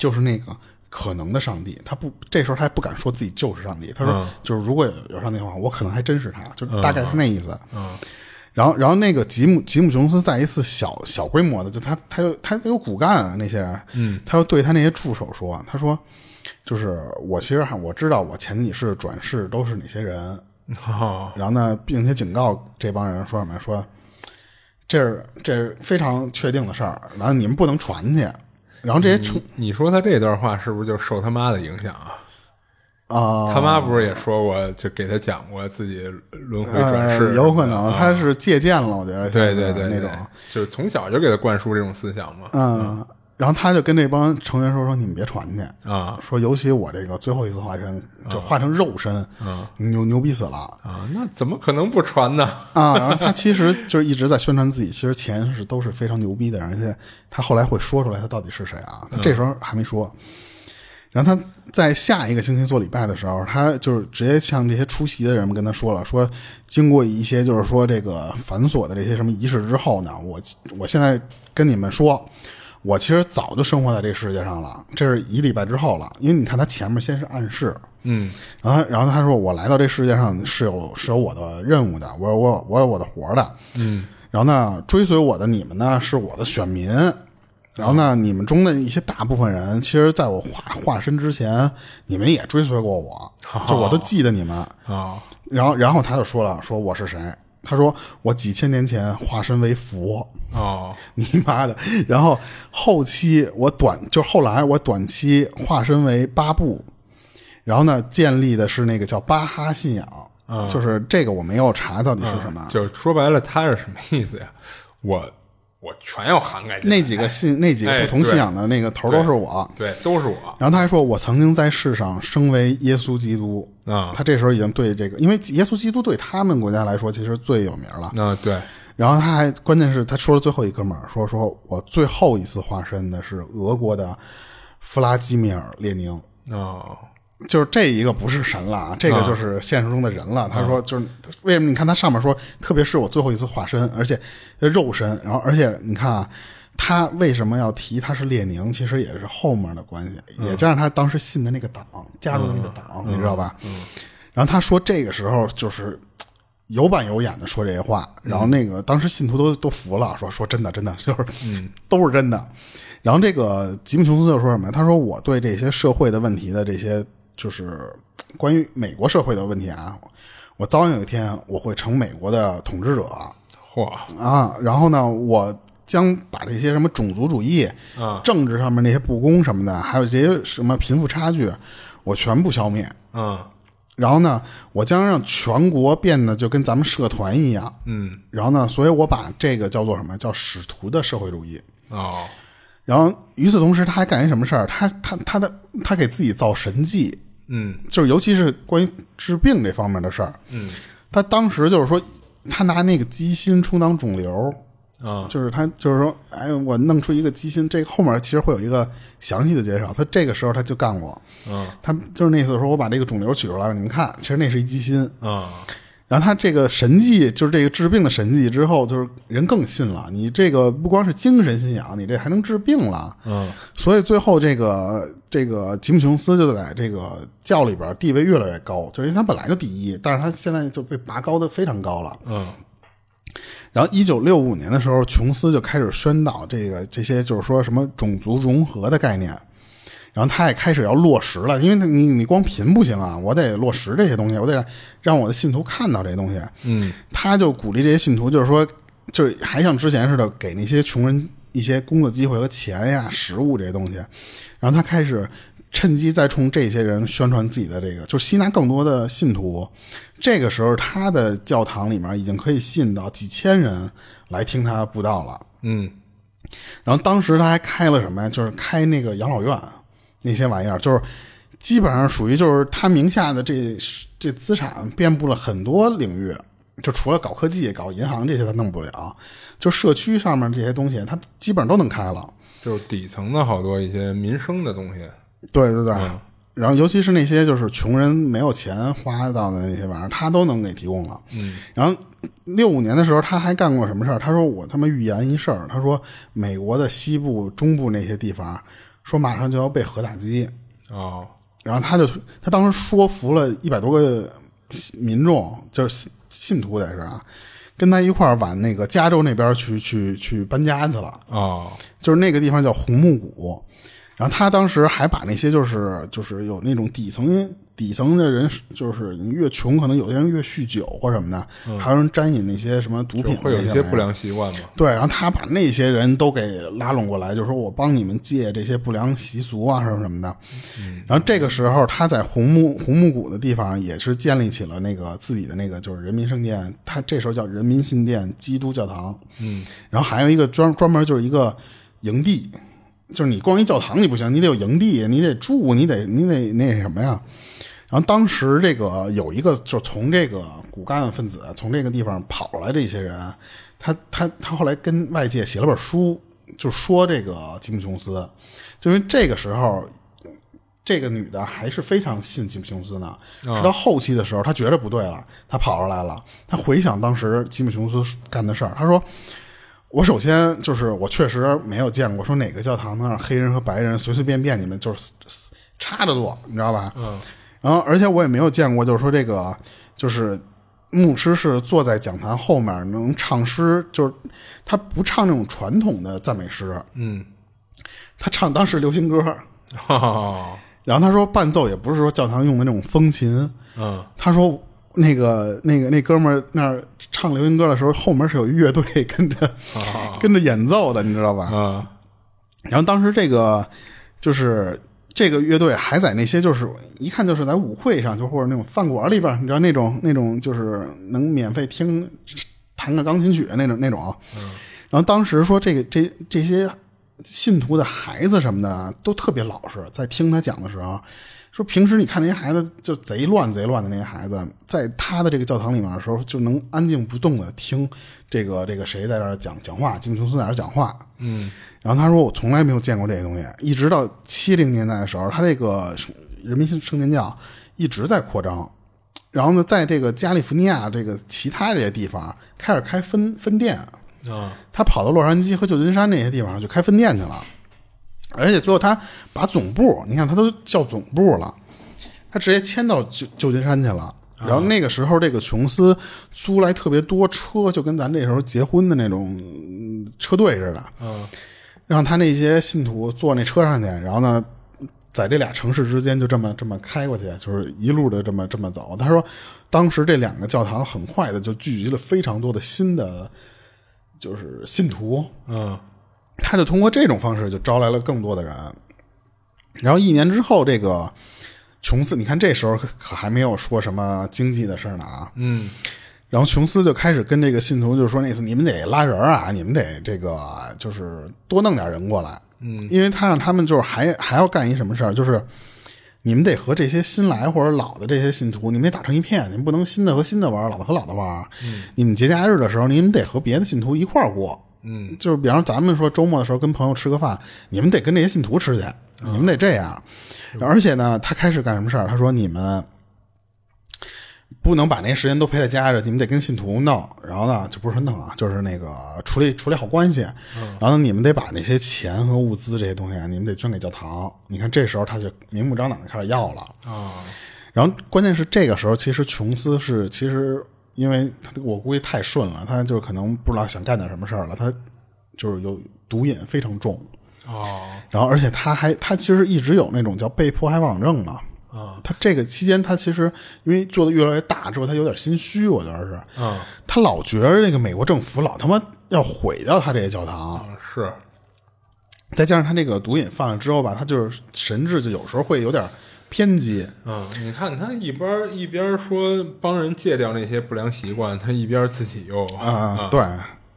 B: 就是那个可能的上帝。他不这时候他还不敢说自己就是上帝，他说
C: 嗯
B: 就是如果有有上帝的话，我可能还真是他，就是大概是那意思。
C: 嗯
B: 然后，然后那个吉姆吉姆琼斯在一次小小规模的，就他他又他有骨干啊那些人，嗯，他又对他那些助手说，他说就是我其实还我知道我前几世转世都是哪些人，
C: 哦
B: 然后呢，并且警告这帮人说什么呀？说这是这是非常确定的事儿，然后你们不能传去。然后这些成
C: 你说他这段话是不是就受他妈的影响啊？
B: 啊、
C: 他妈不是也说过，就给他讲过自己轮回转世什么
B: 呃，
C: 的，
B: 有可能
C: 啊
B: 他是借鉴了，我觉得
C: 对对对
B: 那
C: 对
B: 种，
C: 就是从小就给他灌输这种思想嘛。
B: 嗯。然后他就跟这帮成员说：“说你们别传去，
C: 啊
B: 说尤其我这个最后一次化身，就
C: 嗯
B: 化成肉身，牛牛逼死了
C: 啊，那怎么可能不传呢？
B: 啊！”然后他其实就是一直在宣传自己，其实前世都是非常牛逼的人，而且他后来会说出来他到底是谁啊？他这时候还没说，然后他在下一个星期做礼拜的时候，他就是直接向这些出席的人们跟他说了，说经过一些就是说这个繁琐的这些什么仪式之后呢，我我现在跟你们说，我其实早就生活在这个世界上了，这是一礼拜之后了，因为你看他前面先是暗示，
C: 嗯，
B: 然后然后他说我来到这世界上是有是有我的任务的，我有我有我有我的活儿的，嗯，然后呢，追随我的你们呢是我的选民，然后呢，你们中的一些大部分人，其实在我化化身之前，你们也追随过我，就我都记得你们。
C: 啊
B: 然后，然后他就说了，说我是谁？他说我几千年前化身为佛，
C: 哦
B: 你妈的！然后后期我短，就是后来我短期化身为巴布，然后呢，建立的是那个叫巴哈信仰，就是这个我没有查到底是什么。
C: 啊
B: 啊
C: 就说白了，他是什么意思呀？我我全要涵盖进来
B: 那几个信，那几个
C: 哎
B: 不同信
C: 对
B: 仰的那个头儿都是我。
C: 对，都是我
B: 然后他还说：“我曾经在世上升为耶稣基督。”
C: 啊
B: 他这时候已经对这个，因为耶稣基督对他们国家来说其实最有名了。
C: 啊，对
B: 然后他还关键是他说了最后一哥们儿说：“说我最后一次化身的是俄国的弗拉基米尔列宁。”
C: 哦
B: 就是这一个不是神了啊，这个就是现实中的人了。他说，就是为什么你看他上面说，特别是我最后一次化身，而且肉身，然后而且你看啊，他为什么要提他是列宁，其实也是后面的关系，也加上他当时信的那个党，加入的那个党，你知道吧？然后他说这个时候就是有板有眼的说这些话，然后那个当时信徒都都服了，说说真的真的就是，都是真的。然后这个吉姆琼斯就说什么呀？他说我对这些社会的问题的这些就是关于美国社会的问题啊，我我早晚有一天我会成美国的统治者
C: 嚯，
B: 啊，然后呢，我将把这些什么种族主义、
C: 啊
B: 政治上面那些不公什么的，还有这些什么贫富差距，我全部消灭。
C: 嗯
B: 然后呢，我将让全国变得就跟咱们社团一样。
C: 嗯
B: 然后呢，所以我把这个叫做什么？叫使徒的社会主义。
C: 哦
B: 然后与此同时，他还干一什么事儿？他他他的他给自己造神迹，
C: 嗯
B: 就是尤其是关于治病这方面的事儿。
C: 嗯
B: 他当时就是说，他拿那个鸡心充当肿瘤，
C: 啊
B: 就是他就是说，哎，我弄出一个鸡心，这个后面其实会有一个详细的介绍。他这个时候他就干过，
C: 嗯
B: 他就是那次说我把这个肿瘤取出来，你们看，其实那是一鸡心。
C: 啊
B: 然后他这个神迹，就是这个治病的神迹之后，就是人更信了。你这个不光是精神信仰，你这还能治病了。
C: 嗯
B: 所以最后这个这个吉姆琼斯就在这个教里边地位越来越高，就是因为他本来就第一，但是他现在就被拔高的非常高了。
C: 嗯
B: 然后，一九六五年的时候，琼斯就开始宣导这个这些，就是说什么种族融合的概念。然后他也开始要落实了，因为你你光贫不行啊，我得落实这些东西，我得让我的信徒看到这些东西。
C: 嗯
B: 他就鼓励这些信徒，就是说，就是还像之前似的，给那些穷人一些工作机会和钱呀、食物这些东西。然后他开始趁机再冲这些人宣传自己的这个，就吸纳更多的信徒。这个时候，他的教堂里面已经可以吸引到几千人来听他布道了。
C: 嗯
B: 然后当时他还开了什么呀？就是开那个养老院那些玩意儿，就是基本上属于就是他名下的这这资产遍布了很多领域，就除了搞科技、搞银行这些他弄不了，就社区上面这些东西他基本上都能开了。
C: 就是底层的好多一些民生的东西，
B: 对对对。然后，尤其是那些就是穷人没有钱花到的那些玩意儿，他都能给提供了。
C: 嗯
B: 然后六五年的时候，他还干过什么事儿？他说我他妈预言一事儿，他说美国的西部、中部那些地方，说马上就要被核打击。
C: 哦
B: 然后他就他当时说服了一百多个民众，就是信信徒得是啊，跟他一块儿往那个加州那边去去去搬家去了。
C: 哦
B: 就是那个地方叫红木谷。然后他当时还把那些就是就是有那种底层底层的人，就是你越穷，可能有些人越酗酒或什么的，还有人沾引那些什么毒
C: 嗯就
B: 品，
C: 会有一些不。良习惯嘛，
B: 对，然后他把那些人都给拉拢过来，就说我帮你们戒这些不良习俗啊，什么什么的。然后这个时候，他在红木红木谷的地方也是建立起了那个自己的那个就是人民圣殿，他这时候叫人民信殿基督教堂。
C: 嗯
B: 然后还有一个专专门就是一个营地，就是你光一教堂你不行，你得有营地，你得住，你得你得那什么呀？然后当时这个有一个就从这个骨干分子从这个地方跑来的一些人，他他他后来跟外界写了本书，就说这个吉姆琼斯，就因为这个时候。这个女的还是非常信吉姆琼斯呢，直到后期的时候，她觉得不对了，她跑出来了，她回想当时吉姆琼斯干的事儿，她说：“我首先就是我确实没有见过说哪个教堂能让黑人和白人随随便便你们就是死死插着坐，你知道吧？嗯。然后，而且我也没有见过，就是说这个就是牧师是坐在讲坛后面能唱诗，就是他不唱那种传统的赞美诗，
C: 嗯
B: 他唱当时流行歌。
C: 哦
B: 然后他说伴奏也不是说教堂用的那种风琴，
C: 嗯
B: 他说那个那个那哥们儿那儿唱流行歌的时候，后面是有乐队跟着、跟着演奏的，你知道吧？
C: 啊
B: 然后当时这个就是这个乐队还在那些就是一看就是在舞会上，就或者那种饭馆里边，你知道那种那种就是能免费听弹个钢琴曲的那种那种。啊然后当时说这个这这些信徒的孩子什么的都特别老实，在听他讲的时候。说平时你看那些孩子就贼乱贼乱的那些孩子，在他的这个教堂里面的时候，就能安静不动的听这个这个谁在这儿讲讲话，金琼斯在这儿讲话，
C: 嗯
B: 然后他说我从来没有见过这个东西，一直到七零年代的时候，他这个人民圣殿教一直在扩张。然后呢，在这个加利福尼亚这个其他这些地方开始开分分店，
C: 啊
B: 他跑到洛杉矶和旧金山那些地方去开分店去了，而且最后他把总部，你看他都叫总部了，他直接迁到旧旧金山去了。然后那个时候，这个琼斯租来特别多车，就跟咱这时候结婚的那种嗯车队似的，
C: 嗯
B: 让他那些信徒坐那车上去，然后呢，在这俩城市之间就这么这么开过去，就是一路的这么这么走。他说，当时这两个教堂很快的就聚集了非常多的新的就是信徒，
C: 嗯
B: 他就通过这种方式就招来了更多的人。然后一年之后，这个琼斯，你看这时候可可还没有说什么经济的事儿呢啊。
C: 嗯
B: 然后琼斯就开始跟这个信徒就说那意思，你们得拉人啊，你们得这个就是多弄点人过来，嗯，因为他让他们就是还还要干一什么事儿，就是你们得和这些新来或者老的这些信徒，你们得打成一片，你们不能新的和新的玩，老的和老的玩，嗯，你们节假日的时候，你们得和别的信徒一块儿过，
C: 嗯
B: 就是比方咱们说周末的时候跟朋友吃个饭，你们得跟这些信徒吃去，你们得这样。而且呢，他开始干什么事儿？他说你们不能把那时间都陪在家着，你们得跟信徒弄。然后呢，就不是说弄啊，就是那个处理处理好关系。然后你们得把那些钱和物资这些东西啊，你们得捐给教堂。你看这时候他就明目张胆的开始要了。
C: 啊
B: 然后关键是这个时候，其实琼斯是其实因为他我估计太顺了，他就是可能不知道想干点什么事儿了，他就是有毒瘾非常重，
C: 哦
B: 然后而且他还他其实一直有那种叫被迫害妄想症嘛。
C: 啊
B: 他这个期间，他其实因为做的越来越大之后，他有点心虚，我觉得是，
C: 啊
B: 他老觉得这个美国政府老他妈要毁掉他这个教堂，
C: 啊是
B: 再加上他这个毒瘾犯了之后吧，他就是神智就有时候会有点偏激，
C: 嗯，你看他一边儿一边儿说帮人戒掉那些不良习惯，他一边儿自己又
B: 啊，对。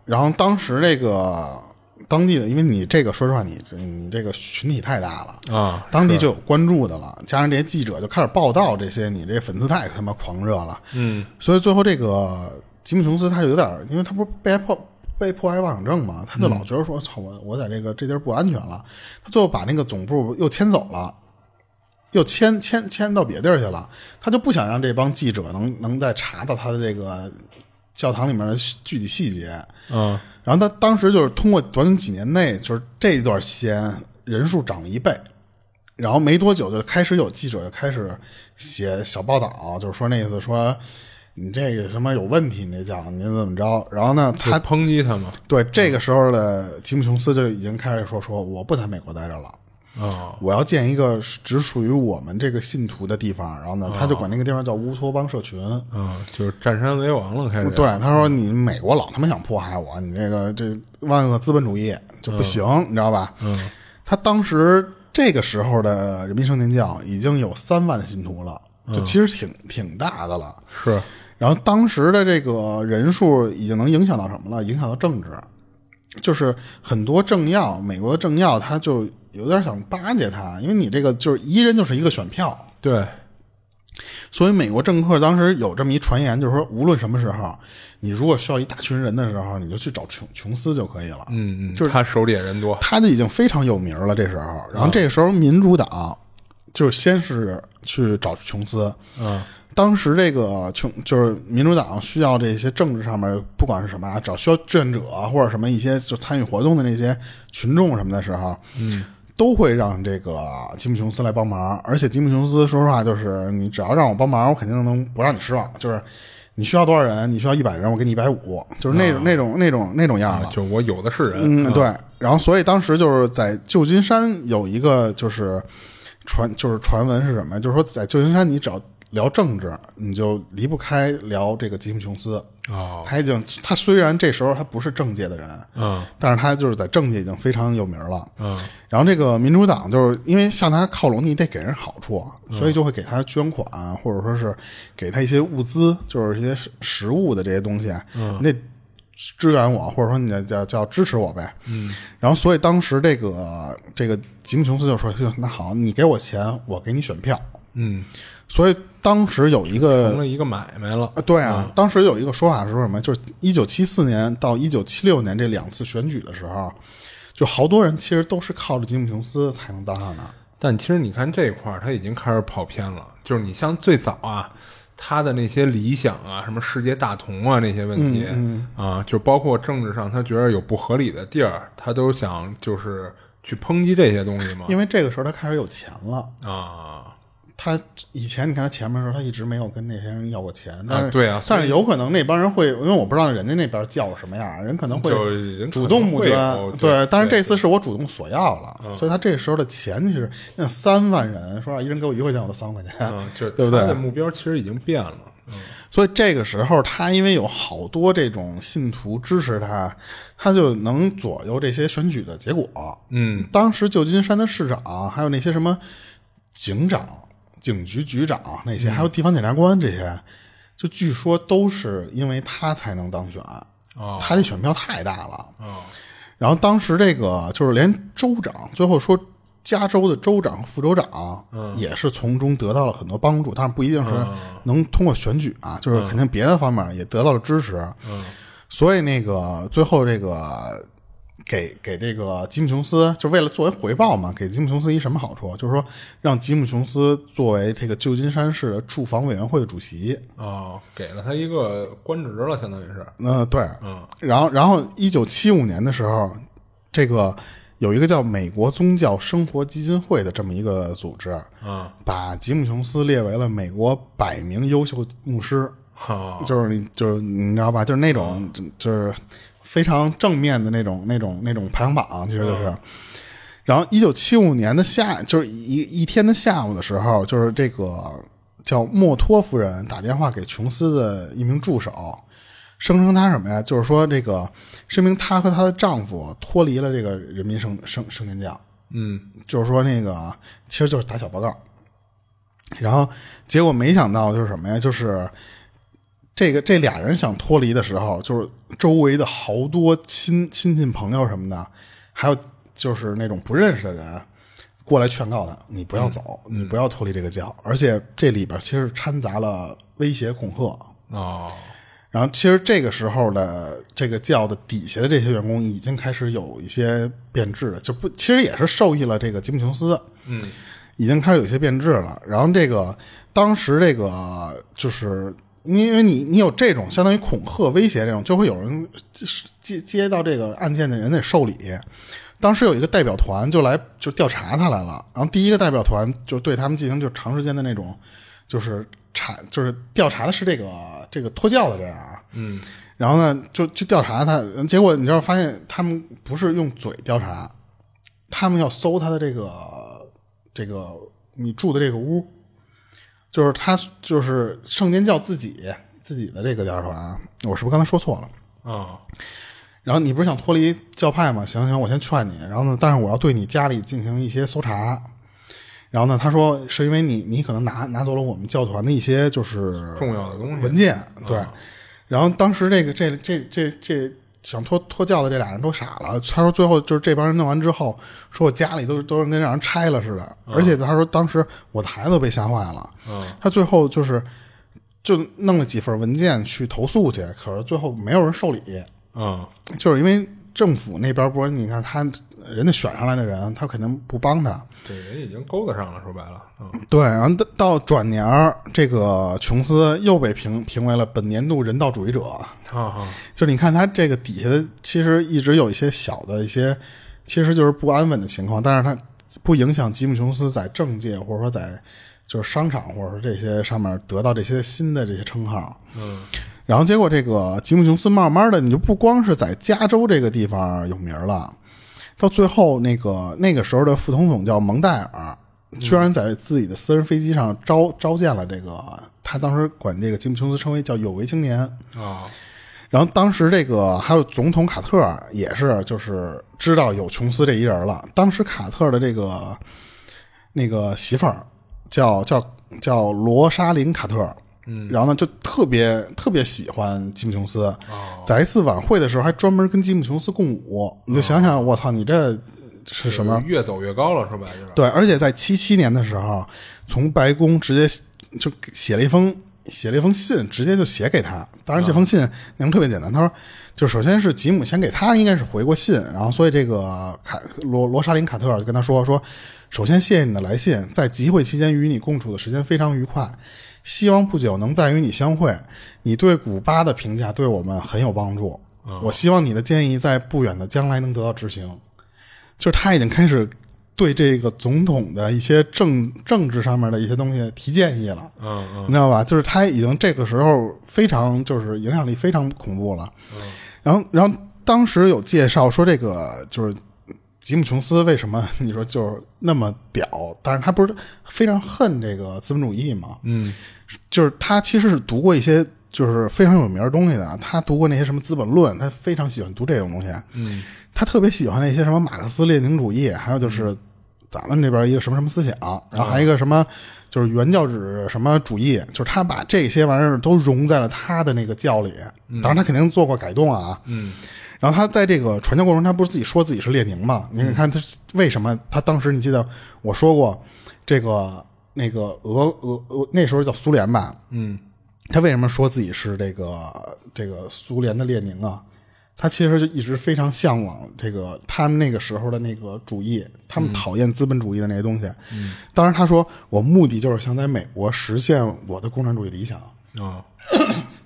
B: 然后当时这个当地的，因为你这个说实话，你你这个群体太大了，
C: 啊
B: 当地就有关注的了，加上这些记者就开始报道这些，你这粉丝太他妈狂热了。
C: 嗯
B: 所以最后这个吉姆琼斯他就有点儿，因为他不是被迫被迫害妄想症嘛，他就老觉得说，操我我在这个这地儿不安全了。他最后把那个总部又迁走了。又迁迁迁到别地儿去了，他就不想让这帮记者能能再查到他的这个教堂里面的具体细节，
C: 啊
B: 然后他当时就是通过短短几年内，就是这一段时间人数涨了一倍，然后没多久就开始有记者就开始写小报道，就是说那意思说你这个什么有问题，你这叫你怎么着？然后呢，
C: 就
B: 他
C: 抨击他嘛
B: 对这个时候的吉姆琼斯就已经开始说说我不在美国待着了。
C: 啊
B: 我要建一个只属于我们这个信徒的地方，然后呢，他就管那个地方叫乌托邦社群。
C: 啊，就是占山为王了，开始
B: 对，他说你美国老他妈想迫害我，你这个这万恶资本主义就不行，你知道吧？嗯，他当时这个时候的人民圣殿教已经有三万的信徒了，就其实挺、挺大的了。
C: 是
B: 然后当时的这个人数已经能影响到什么了？影响到政治，就是很多政要，美国的政要他就有点想巴结他，因为你这个就是一人就是一个选票，
C: 对
B: 所以美国政客当时有这么一传言，就是说，无论什么时候，你如果需要一大群人的时候，你就去找琼琼斯就可以了。
C: 嗯嗯，就是他手里也人多
B: 他就已经非常有名了，这时候。然后这个时候，民主党就是先是去找琼斯，
C: 啊
B: 当时这个琼就是民主党需要这些政治上面不管是什么啊，找需要志愿者或者什么一些就参与活动的那些群众什么的时候，嗯，都会让这个吉姆琼斯来帮忙。而且吉姆琼斯说实话，就是你只要让我帮忙，我肯定能不让你失望。就是你需要多少人，你需要一百人，我给你一百五，就是那种、那种那种那种样了
C: 啊，。就我有的是人，啊
B: 嗯，对。然后，所以当时就是在旧金山有一个就是传就是传闻是什么？就是说在旧金山，你只要聊政治，你就离不开聊这个吉姆琼斯。
C: 哦
B: 他已经，他虽然这时候他不是政界的人，
C: 嗯
B: 但是他就是在政界已经非常有名了。
C: 嗯
B: 然后这个民主党就是因为向他靠拢，你得给人好处，所以就会给他捐款，或者说是给他一些物资，就是一些食食物的这些东西，你得支援我，或者说你叫叫叫支持我呗。嗯。然后所以当时这个这个吉姆琼斯就说：“就那好，你给我钱，我给你选票。
C: 嗯，”
B: 所以当时有一个
C: 成了一个买卖了
B: 啊，对
C: 嗯
B: 啊，当时有一个说法是说什么？就是一九七四年到一九七六年这两次选举的时候，就好多人其实都是靠着吉姆琼斯才能当上的。
C: 但其实你看这块儿，他已经开始跑偏了。就是你像最早啊，他的那些理想啊，什么世界大同啊那些问题、
B: 嗯
C: 啊，就包括政治上，他觉得有不合理的地儿，他都想就是去抨击这些东西嘛。
B: 因为这个时候他开始有钱了，
C: 啊，
B: 他以前你看他前面的时候，他一直没有跟那些人要过钱，但是、
C: 对啊所以
B: 但是有可能那帮人会，因为我不知道人家那边叫什么样，人可能会
C: 就是人可能
B: 主动募捐
C: 会有，对嗯
B: 对，但是这次是我主动索要了，所以他这时候的钱其实那三万人，说让啊一人给我一块钱，我都三万块钱，
C: 嗯，就是
B: 对不对
C: 他的目标其实已经变了，嗯
B: 所以这个时候，他因为有好多这种信徒支持他，他就能左右这些选举的结果。
C: 嗯，
B: 当时旧金山的市长，还有那些什么警长、警局局长那
C: 嗯
B: 些，还有地方检察官这些，就据说都是因为他才能当选。
C: 哦
B: 他这选票太大了。
C: 哦
B: 然后当时这个就是连州长，最后说加州的州长、副州长，
C: 嗯
B: 也是从中得到了很多帮助，但是不一定是能通过选举啊，
C: 嗯
B: 就是肯定别的方面也得到了支持。嗯，所以那个最后这个给给这个吉姆琼斯，就为了作为回报嘛，给吉姆琼斯一什么好处？啊就是说让吉姆琼斯作为这个旧金山市的住房委员会的主席。
C: 哦，给了他一个官职了，相当于是，
B: 嗯、对，
C: 嗯，
B: 然后，然后，一九七五年的时候，这个有一个叫美国宗教生活基金会的这么一个组织，
C: 啊，
B: 把吉姆琼斯列为了美国百名优秀牧师，
C: 好，
B: 就是你，就是你知道吧，就是那种，就就是非常正面的那种、那种、那种排行榜，其实就是。然后，一九七五年的下，就是一一天的下午的时候，就是这个叫莫托夫人打电话给琼斯的一名助手，声称他什么呀？就是说这个声明她和她的丈夫脱离了这个人民圣圣圣殿教，
C: 嗯，
B: 就是说那个其实就是打小报告。然后结果没想到就是什么呀？就是这个这俩人想脱离的时候，就是周围的好多亲亲戚朋友什么的，还有就是那种不认识的人过来劝告他：“你不要走，你不要脱离这个教。”而且这里边其实掺杂了威胁恐吓。
C: 哦，
B: 然后其实这个时候的这个教的底下的这些员工已经开始有一些变质了，就不其实也是受益了这个吉姆琼斯，嗯，已经开始有一些变质了。然后这个当时这个就是因为你你有这种相当于恐吓威胁这种，就会有人就是接接到这个案件的人得受理。当时有一个代表团就来就调查他来了，然后第一个代表团就对他们进行就长时间的那种就是查就是调查的是这个这个脱教的人啊，嗯，然后呢就就调查他，结果你知道发现他们不是用嘴调查，他们要搜他的这个这个你住的这个屋，就是他就是圣间教自己自己的这个调查团啊，我是不是刚才说错了？
C: 啊，
B: 然后你不是想脱离教派吗？行行，我先劝你。然后呢，但是我要对你家里进行一些搜查。然后呢，他说是因为你你可能拿拿走了我们教团的一些就是
C: 重要的东西
B: 文件，对。然后当时这个这这这这想脱脱教的这俩人都傻了。他说最后就是这帮人弄完之后，说我家里都都是跟让人拆了似的。而且他说当时我的孩子都被吓坏了。他最后就是就弄了几份文件去投诉去，可是最后没有人受理。
C: 啊，
B: 就是因为政府那边不是你看他人家选上来的人，他肯定不帮他。
C: 这人已经勾搭上了，说白了，嗯，
B: 对，然后到到转年儿，这个琼斯又被评评为了本年度人道主义者。
C: 好好，
B: 就是你看他这个底下的，其实一直有一些小的一些，其实就是不安稳的情况，但是他不影响吉姆琼斯在政界或者说在就是商场或者说这些上面得到这些新的这些称号。
C: 嗯，
B: 然后结果这个吉姆琼斯慢慢的，你就不光是在加州这个地方有名了，到最后那个那个时候的副总统叫蒙代尔，居然在自己的私人飞机上召召见了这个他当时管这个吉姆琼斯称为叫有为青年。
C: 啊，
B: 然后当时这个还有总统卡特也是，就是知道有琼斯这一人了。当时卡特的这个那个媳妇儿叫叫叫罗莎琳卡特，嗯，然后呢就特别特别喜欢吉姆琼斯，在一次晚会的时候还专门跟吉姆琼斯共舞。你就想想，我操，你这是什么？
C: 越走越高了，说白了就是，
B: 对，而且在七七年的时候，从白宫直接就写了一封写了一封信，直接就写给他。当然，这封信内容特别简单，他说，就首先是吉姆先给他应该是回过信，然后所以这个卡罗罗莎琳卡特尔就跟他说说，首先谢谢你的来信，在集会期间与你共处的时间非常愉快。希望不久能再与你相会。你对古巴的评价对我们很有帮助。我希望你的建议在不远的将来能得到执行。就是他已经开始对这个总统的一些政政治上面的一些东西提建议了，
C: 嗯嗯
B: 你知道吧？就是他已经这个时候非常就是影响力非常恐怖了。然后，然后当时有介绍说这个就是吉姆琼斯为什么 你说就是那么屌，但是他不是非常恨这个资本主义嘛？
C: 嗯
B: 就是他其实是读过一些就是非常有名的东西的，啊他读过那些什么《资本论》，他非常喜欢读这种东西。啊
C: 嗯
B: 他特别喜欢那些什么马克思列宁主义，还有就是咱们这边一个什么什么思想，然后还有一个什么就是原教旨什么主义，就是他把这些玩意儿都融在了他的那个教里。当然，他肯定做过改动啊。
C: 嗯
B: 然后他在这个传教过程中，他不是自己说自己是列宁嘛？你看他为什么？他当时你记得我说过，这个那个俄俄俄那时候叫苏联吧？
C: 嗯
B: 他为什么说自己是这个这个苏联的列宁啊？他其实就一直非常向往这个他们那个时候的那个主义，他们讨厌资本主义的那些东西。当然，他说我目的就是想在美国实现我的共产主义理想，
C: 啊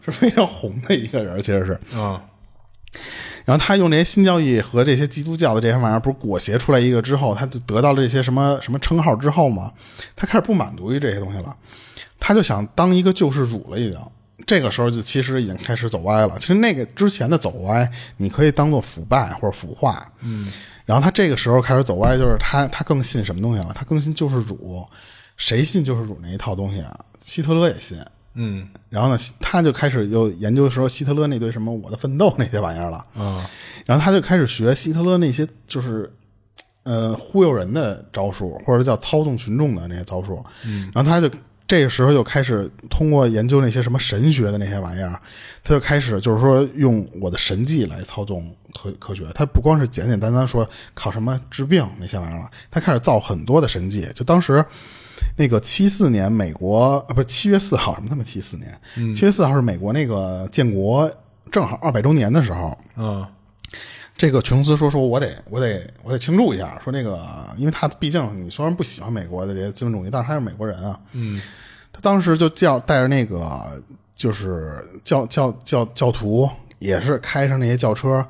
B: 是非常红的一个人，其实是。
C: 啊
B: 然后他用这些新教义和这些基督教的这些玩意儿，不是裹挟出来一个之后，他就得到了这些什么什么称号之后嘛，他开始不满足于这些东西了，他就想当一个救世主了，已经。这个时候就其实已经开始走歪了。其实那个之前的走歪，你可以当做腐败或者腐化。嗯。然后他这个时候开始走歪，就是他他更信什么东西了？他更信救世主。谁信救世主那一套东西啊？希特勒也信。
C: 嗯
B: 然后呢，他就开始又研究说希特勒那堆什么《我的奋斗》那些玩意儿了。
C: 啊
B: 然后他就开始学希特勒那些就是呃忽悠人的招数，或者叫操纵群众的那些招数。嗯，然后他就这个时候就开始通过研究那些什么神学的那些玩意儿，他就开始就是说用我的神迹来操纵科科学。他不光是简简单单说靠什么治病那些玩意儿了，他开始造很多的神迹。就当时。那个七四年，美国啊，不是七月四号，什么他妈七四年？七、月四号是美国那个建国正好二百周年的时候，
C: 啊
B: 这个琼斯说说，我得我得我得庆祝一下，说那个，因为他毕竟你虽然不喜欢美国的这些资本主义，但是他是美国人啊。
C: 嗯
B: 他当时就叫带着那个就是教教教教徒，也是开上那些轿车，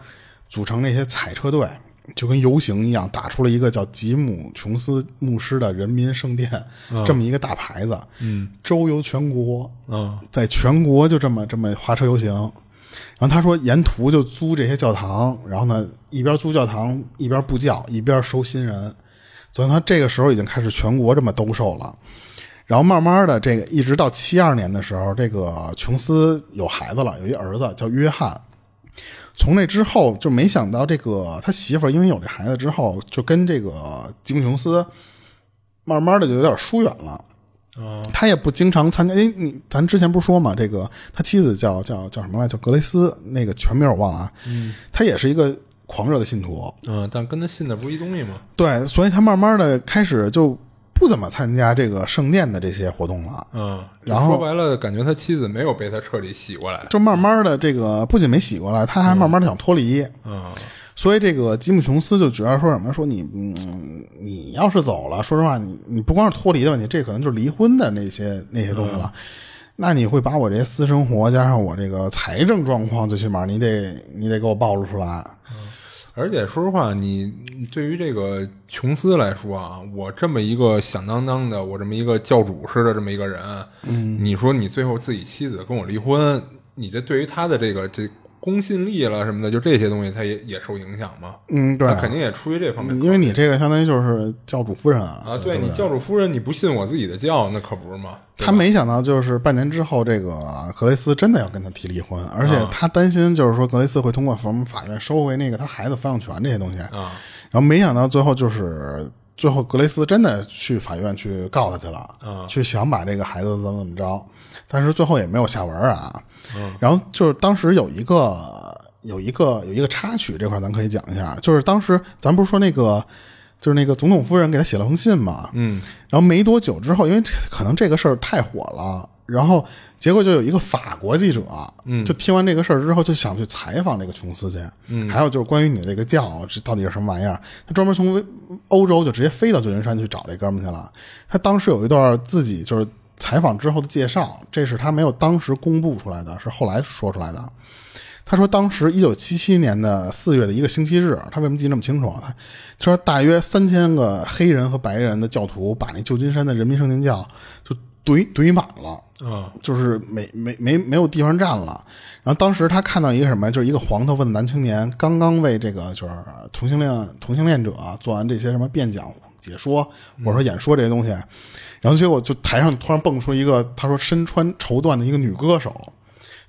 B: 组成那些彩车队，就跟游行一样，打出了一个叫吉姆琼斯牧师的人民圣殿、这么一个大牌子，嗯，周游全国，
C: 啊
B: 在全国就这么这么花车游行。然后他说，沿途就租这些教堂，然后呢，一边租教堂，一边布教，一边收新人。所以他这个时候已经开始全国这么兜售了。然后慢慢的，这个一直到七二年的时候，这个琼斯有孩子了，有一儿子叫约翰。从那之后，就没想到这个他媳妇儿因为有这孩子之后，就跟这个吉姆琼斯慢慢的就有点疏远了。
C: 啊
B: 他也不经常参加。哎，你咱之前不是说嘛，这个他妻子叫叫叫什么来？叫格雷斯，那个全名我忘了啊。嗯，他也是一个狂热的信徒，
C: 啊！但跟他信的不是一东西吗？
B: 对，所以他慢慢的开始就不怎么参加这个圣殿的这些活动了。
C: 嗯，
B: 然后
C: 说白了，感觉他妻子没有被他彻底洗过来。
B: 就慢慢的，这个不仅没洗过来，他还慢慢的想脱离。
C: 嗯
B: 所以这个吉姆琼斯就觉得说什么说你嗯，你要是走了，说实话，你你不光是脱离的问题，这可能就是离婚的那些那些东西了。那你会把我这些私生活加上我这个财政状况，最起码你得你得给我暴露出来。
C: 而且说实话，你你对于这个琼斯来说啊，我这么一个响当当的，我这么一个教主似的这么一个人，嗯，你说你最后自己妻子跟我离婚，你这对于他的这个这公信力了什么的，就这些东西，他也也受影响嘛。
B: 嗯，对嗯
C: 他，肯定也出于这方面考虑。
B: 因为你这个相当于就是教主夫人啊
C: 啊，对
B: 不
C: 你教主夫人，你不信我自己的教，那可不是吗？对
B: 他没想到，就是半年之后，这个格雷斯真的要跟他提离婚，
C: 啊
B: 而且他担心就是说格雷斯会通过什么法院收回那个他孩子抚养权这些东西。
C: 啊，
B: 然后没想到最后就是最后格雷斯真的去法院去告他去了，
C: 啊
B: 去想把这个孩子怎么怎么着，但是最后也没有下文啊。然后就是当时有一个有一个有一个插曲，这块儿咱可以讲一下，就是当时咱不是说那个。就是那个总统夫人给他写了封信嘛，
C: 嗯
B: 然后没多久之后，因为这可能这个事儿太火了，然后结果就有一个法国记者，嗯，就听完这个事儿之后，就想去采访这个琼斯去，嗯，还有就是关于你这个教这到底是什么玩意儿，他专门从微欧洲就直接飞到旧金山去找这哥们儿去了。他当时有一段自己就是采访之后的介绍，这是他没有当时公布出来的，是后来说出来的。他说当时一九七七年的四月的一个星期日，他为什么记那么清楚啊？他他说大约三千个黑人和白人的教徒把那旧金山的人民圣殿教就怼怼满了。
C: 啊
B: 就是没没没没有地方站了。然后当时他看到一个什么，就是一个黄头发的男青年刚刚为这个就是同性恋同性恋者做完这些什么辩讲、解说或者说演说这些东西，然后结果就台上突然蹦出一个他说身穿绸缎的一个女歌手。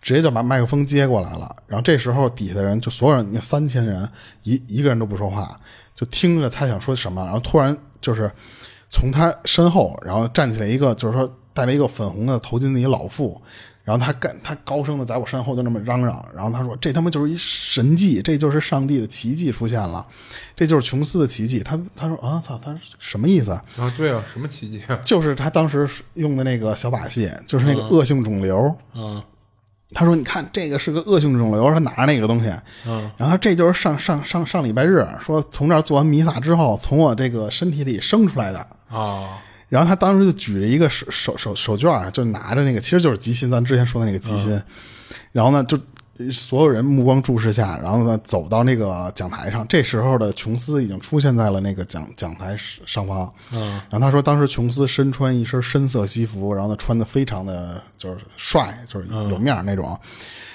B: 直接就把麦克风接过来了，然后这时候底下的人就所有人，那三千人一一个人都不说话，就听着他想说什么，然后突然就是从他身后，然后站起来一个，就是说戴了一个粉红的头巾的一老妇，然后他干他高声的在我身后就那么嚷嚷，然后他说这他妈就是一神迹，这就是上帝的奇迹出现了，这就是琼斯的奇迹。他他说啊操，他什么意思啊？
C: 啊，对啊，什么奇迹啊？
B: 就是他当时用的那个小把戏，就是那个恶性肿瘤。
C: 啊
B: 他说：“你看，这个是个恶性肿瘤。”他拿着那个东西，
C: 嗯，
B: 然后这就是上上上上礼拜日说从这儿做完弥撒之后，从我这个身体里生出来的。
C: 啊
B: 然后他当时就举着一个手手手手绢儿，就拿着那个，其实就是吉心，咱之前说的那个吉心。然后呢，就所有人目光注视下，然后呢走到那个讲台上。这时候的琼斯已经出现在了那个讲讲台上方。
C: 啊
B: 然后他说，当时琼斯身穿一身深色西服，然后呢穿的非常的就是帅，就是有面儿那种。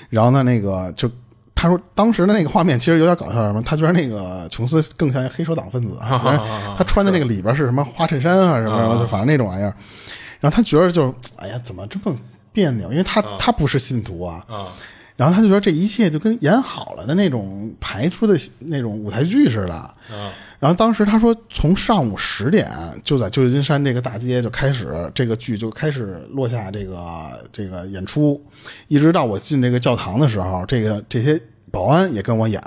B: 然后呢，那个就他说当时的那个画面其实有点搞笑，什么？他觉得那个琼斯更像一黑手党分子，反正他穿的那个里边是什么花衬衫啊什么什么，就反正那种玩意儿。然后他觉得就是，哎呀，怎么这么别扭？因为他他不是信徒啊。
C: 啊
B: 然后他就觉得这一切就跟演好了的那种排出的那种舞台剧似的。
C: 啊！
B: 然后当时他说，从上午十点就在旧金山这个大街就开始这个剧就开始落下这个这个演出，一直到我进这个教堂的时候，这个这些保安也跟我演，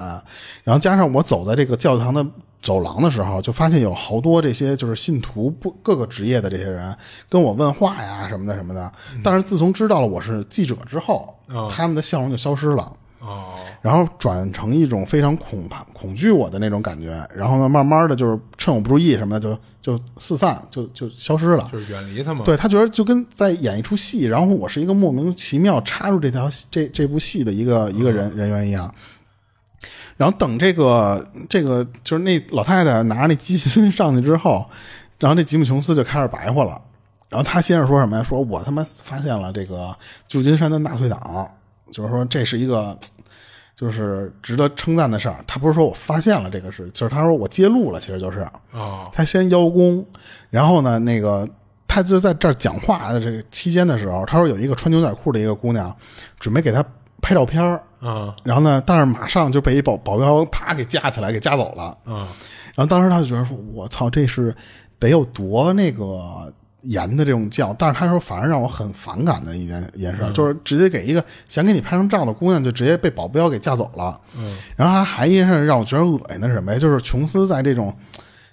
B: 然后加上我走在这个教堂的走廊的时候，就发现有好多这些就是信徒不各个职业的这些人跟我问话呀什么的什么的。但是自从知道了我是记者之后，
C: 哦
B: 他们的笑容就消失了。
C: 哦，
B: 然后转成一种非常恐怕、恐惧我的那种感觉，然后呢，慢慢的就是趁我不注意什么的，就就四散，就就消失了。
C: 就是远离他嘛。
B: 对他觉得就跟在演一出戏，然后我是一个莫名其妙插入这条戏这这部戏的一个一个人人员一样。然后等这个这个就是那老太太拿着那机器 上去之后，然后那吉姆琼斯就开始白话了。然后他先是说什么呀？说我他妈发现了这个旧金山的纳粹党，就是说这是一个就是值得称赞的事儿。他不是说我发现了这个事，就是他说我揭露了，其实就是。
C: 哦
B: 他先邀功，然后呢，那个他就在这儿讲话的这个期间的时候，他说有一个穿牛仔裤的一个姑娘准备给他拍照片儿
C: 啊
B: 然后呢，但是马上就被一保保镖啪给架起来，给架走了。
C: 啊
B: 然后当时他就觉得说：“我操，这是得有多那个严的这种教。”但是他说，反而让我很反感的一件一件事，就是直接给一个想给你拍张照的姑娘，就直接被保镖给架走了。嗯，然后还一件事让我觉得恶心的是什么呀？就是琼斯在这种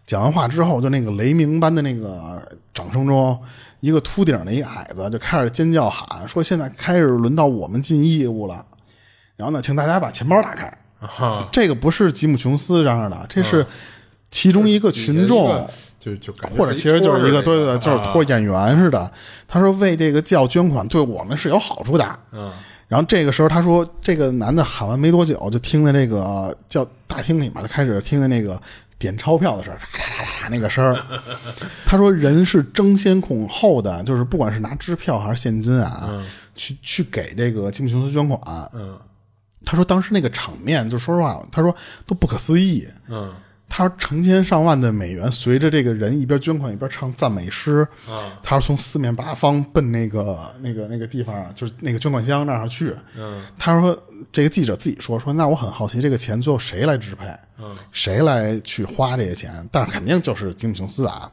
B: 讲完话之后，就那个雷鸣般的那个掌声中，一个秃顶的一矮子就开始尖叫喊说：“现在开始轮到我们尽义务了。”然后呢，请大家把钱包打开。
C: 啊！
B: 这个不是吉姆琼斯嚷嚷
C: 嗯
B: 的，这是其中一个群众，
C: 就就嗯感觉
B: 或者其实就是一个对对
C: 啊
B: 对，就是
C: 拖
B: 托演员似的。他说为这个教捐款对我们是有好处的。
C: 嗯
B: 然后这个时候，他说这个男的喊完没多久，就听见那个呃叫大厅里面就开始听见那个点钞票的声儿，咔咔咔咔那个 声儿。他说人是争先恐后的，就是不管是拿支票还是现金啊，去去给这个吉姆琼斯捐款。啊
C: 嗯
B: 他说当时那个场面，就说实话，他说都不可思议。
C: 嗯
B: 他说成千上万的美元随着这个人一边捐款一边唱赞美诗，
C: 啊
B: 他是从四面八方奔那个那个那个地方，就是那个捐款箱那儿去。
C: 嗯
B: 他说这个记者自己说说，那我很好奇这个钱最后谁来支配，
C: 嗯
B: 谁来去花这些钱？但是肯定就是吉姆琼斯啊。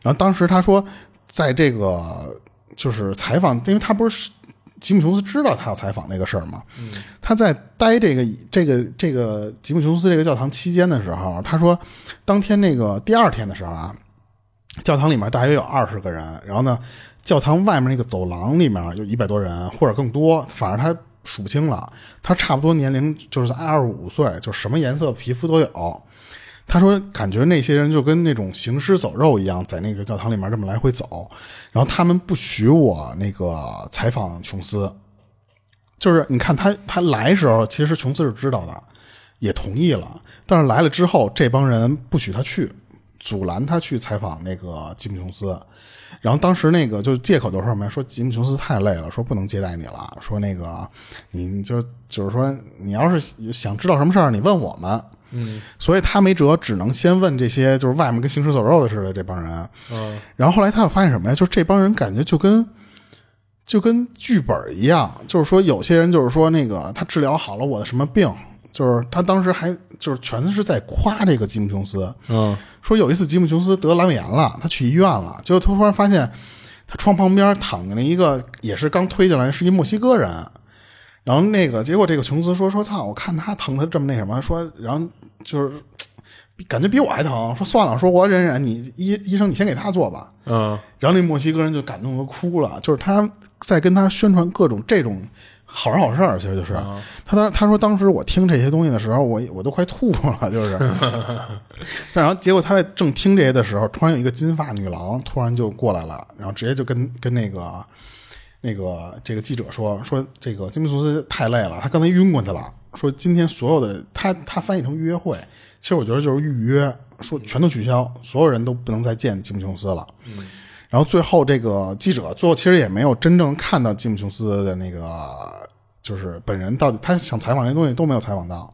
B: 然后当时他说，在这个就是采访，因为他不是吉姆琼斯知道他要采访那个事儿嘛，他在待这个这个这个吉姆琼斯这个教堂期间的时候，他说，当天那个第二天的时候啊，教堂里面大约有二十个人，然后呢，教堂外面那个走廊里面有一百多人或者更多，反正他数不清了。他差不多年龄就是在二十五岁，就什么颜色皮肤都有。他说，感觉那些人就跟那种行尸走肉一样，在那个教堂里面这么来回走。然后他们不许我那个采访琼斯，就是你看他他来时候，其实琼斯是知道的，也同意了，但是来了之后，这帮人不许他去，阻拦他去采访那个吉姆·琼斯。然后当时那个就是借口就是什么呀？说吉姆·琼斯太累了，说不能接待你了，说那个你就就是说你要是想知道什么事儿，你问我们。
C: 嗯，
B: 所以他没辙，只能先问这些就是外面跟行尸走肉的似的这帮人。
C: 嗯，
B: 然后后来他又发现什么呀？就是这帮人感觉就跟就跟剧本一样，就是说有些人就是说那个他治疗好了我的什么病，就是他当时还就是全是在夸这个吉姆琼斯，
C: 嗯，
B: 说有一次吉姆琼斯得阑尾炎了，他去医院了，结果他突然发现他床旁边躺进了一个也是刚推进来是一墨西哥人。然后那个，结果这个琼斯说说操，我看他疼的这么那什么，说然后就是嘖感觉比我还疼，说算了，说我忍忍，你医医生你先给他做吧。
C: 嗯，
B: 然后那墨西哥人就感动的哭了，就是他在跟他宣传各种这种好人好事儿，其实就是、他当他说当时我听这些东西的时候，我我都快吐了，就是。然后结果他在正听这些的时候，突然有一个金发女郎突然就过来了，然后直接就跟跟那个那个这个记者说说这个金普琼斯太累了，他刚才晕过去了。说今天所有的他他翻译成约会，其实我觉得就是预约，说全都取消，所有人都不能再见吉姆琼斯了。然后最后这个记者最后其实也没有真正看到吉姆琼斯的那个就是本人到底他想采访这些东西都没有采访到。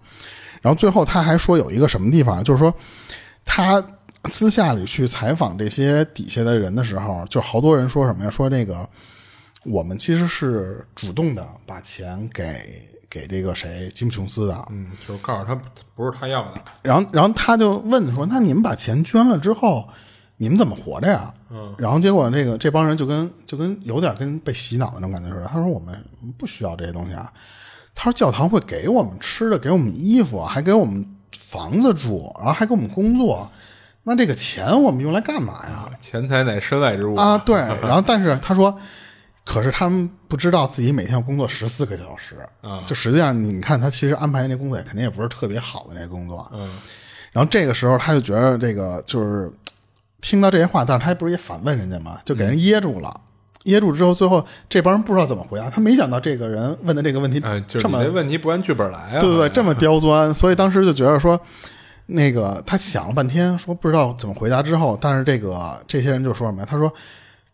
B: 然后最后他还说有一个什么地方，啊就是说他私下里去采访这些底下的人的时候，就好多人说什么呀？说这个我们其实是主动的把钱给给这个谁吉姆琼斯的，
C: 嗯，就是告诉他不是他要的，
B: 然后，然后他就问说：“那你们把钱捐了之后，你们怎么活着呀？”嗯，然后结果这个这帮人就跟就跟有点跟被洗脑的那种感觉似的。他说：“我们不需要这些东西啊。”他说：“教堂会给我们吃的，给我们衣服，啊还给我们房子住，然后还给我们工作。那这个钱我们用来干嘛呀？”
C: 钱财乃身外之物
B: 啊， 对。然后，但是他说，可是他们不知道自己每天要工作十四个小时
C: 啊
B: 就实际上你看他其实安排那工作也肯定也不是特别好的那工作，
C: 嗯。
B: 然后这个时候他就觉得这个就是听到这些话，但是他不是也反问人家嘛，就
C: 嗯
B: 给人噎住了。噎住之后，最后这帮人不知道怎么回答，他没想到这个人问的这个问题
C: 哎，就是
B: 这
C: 你
B: 么
C: 这问题不按剧本来啊！
B: 对对
C: 好
B: 对，
C: 像
B: 这么刁钻，所以当时就觉得说，那个他想了半天，说不知道怎么回答。之后，但是这个这些人就说什么呀？他说，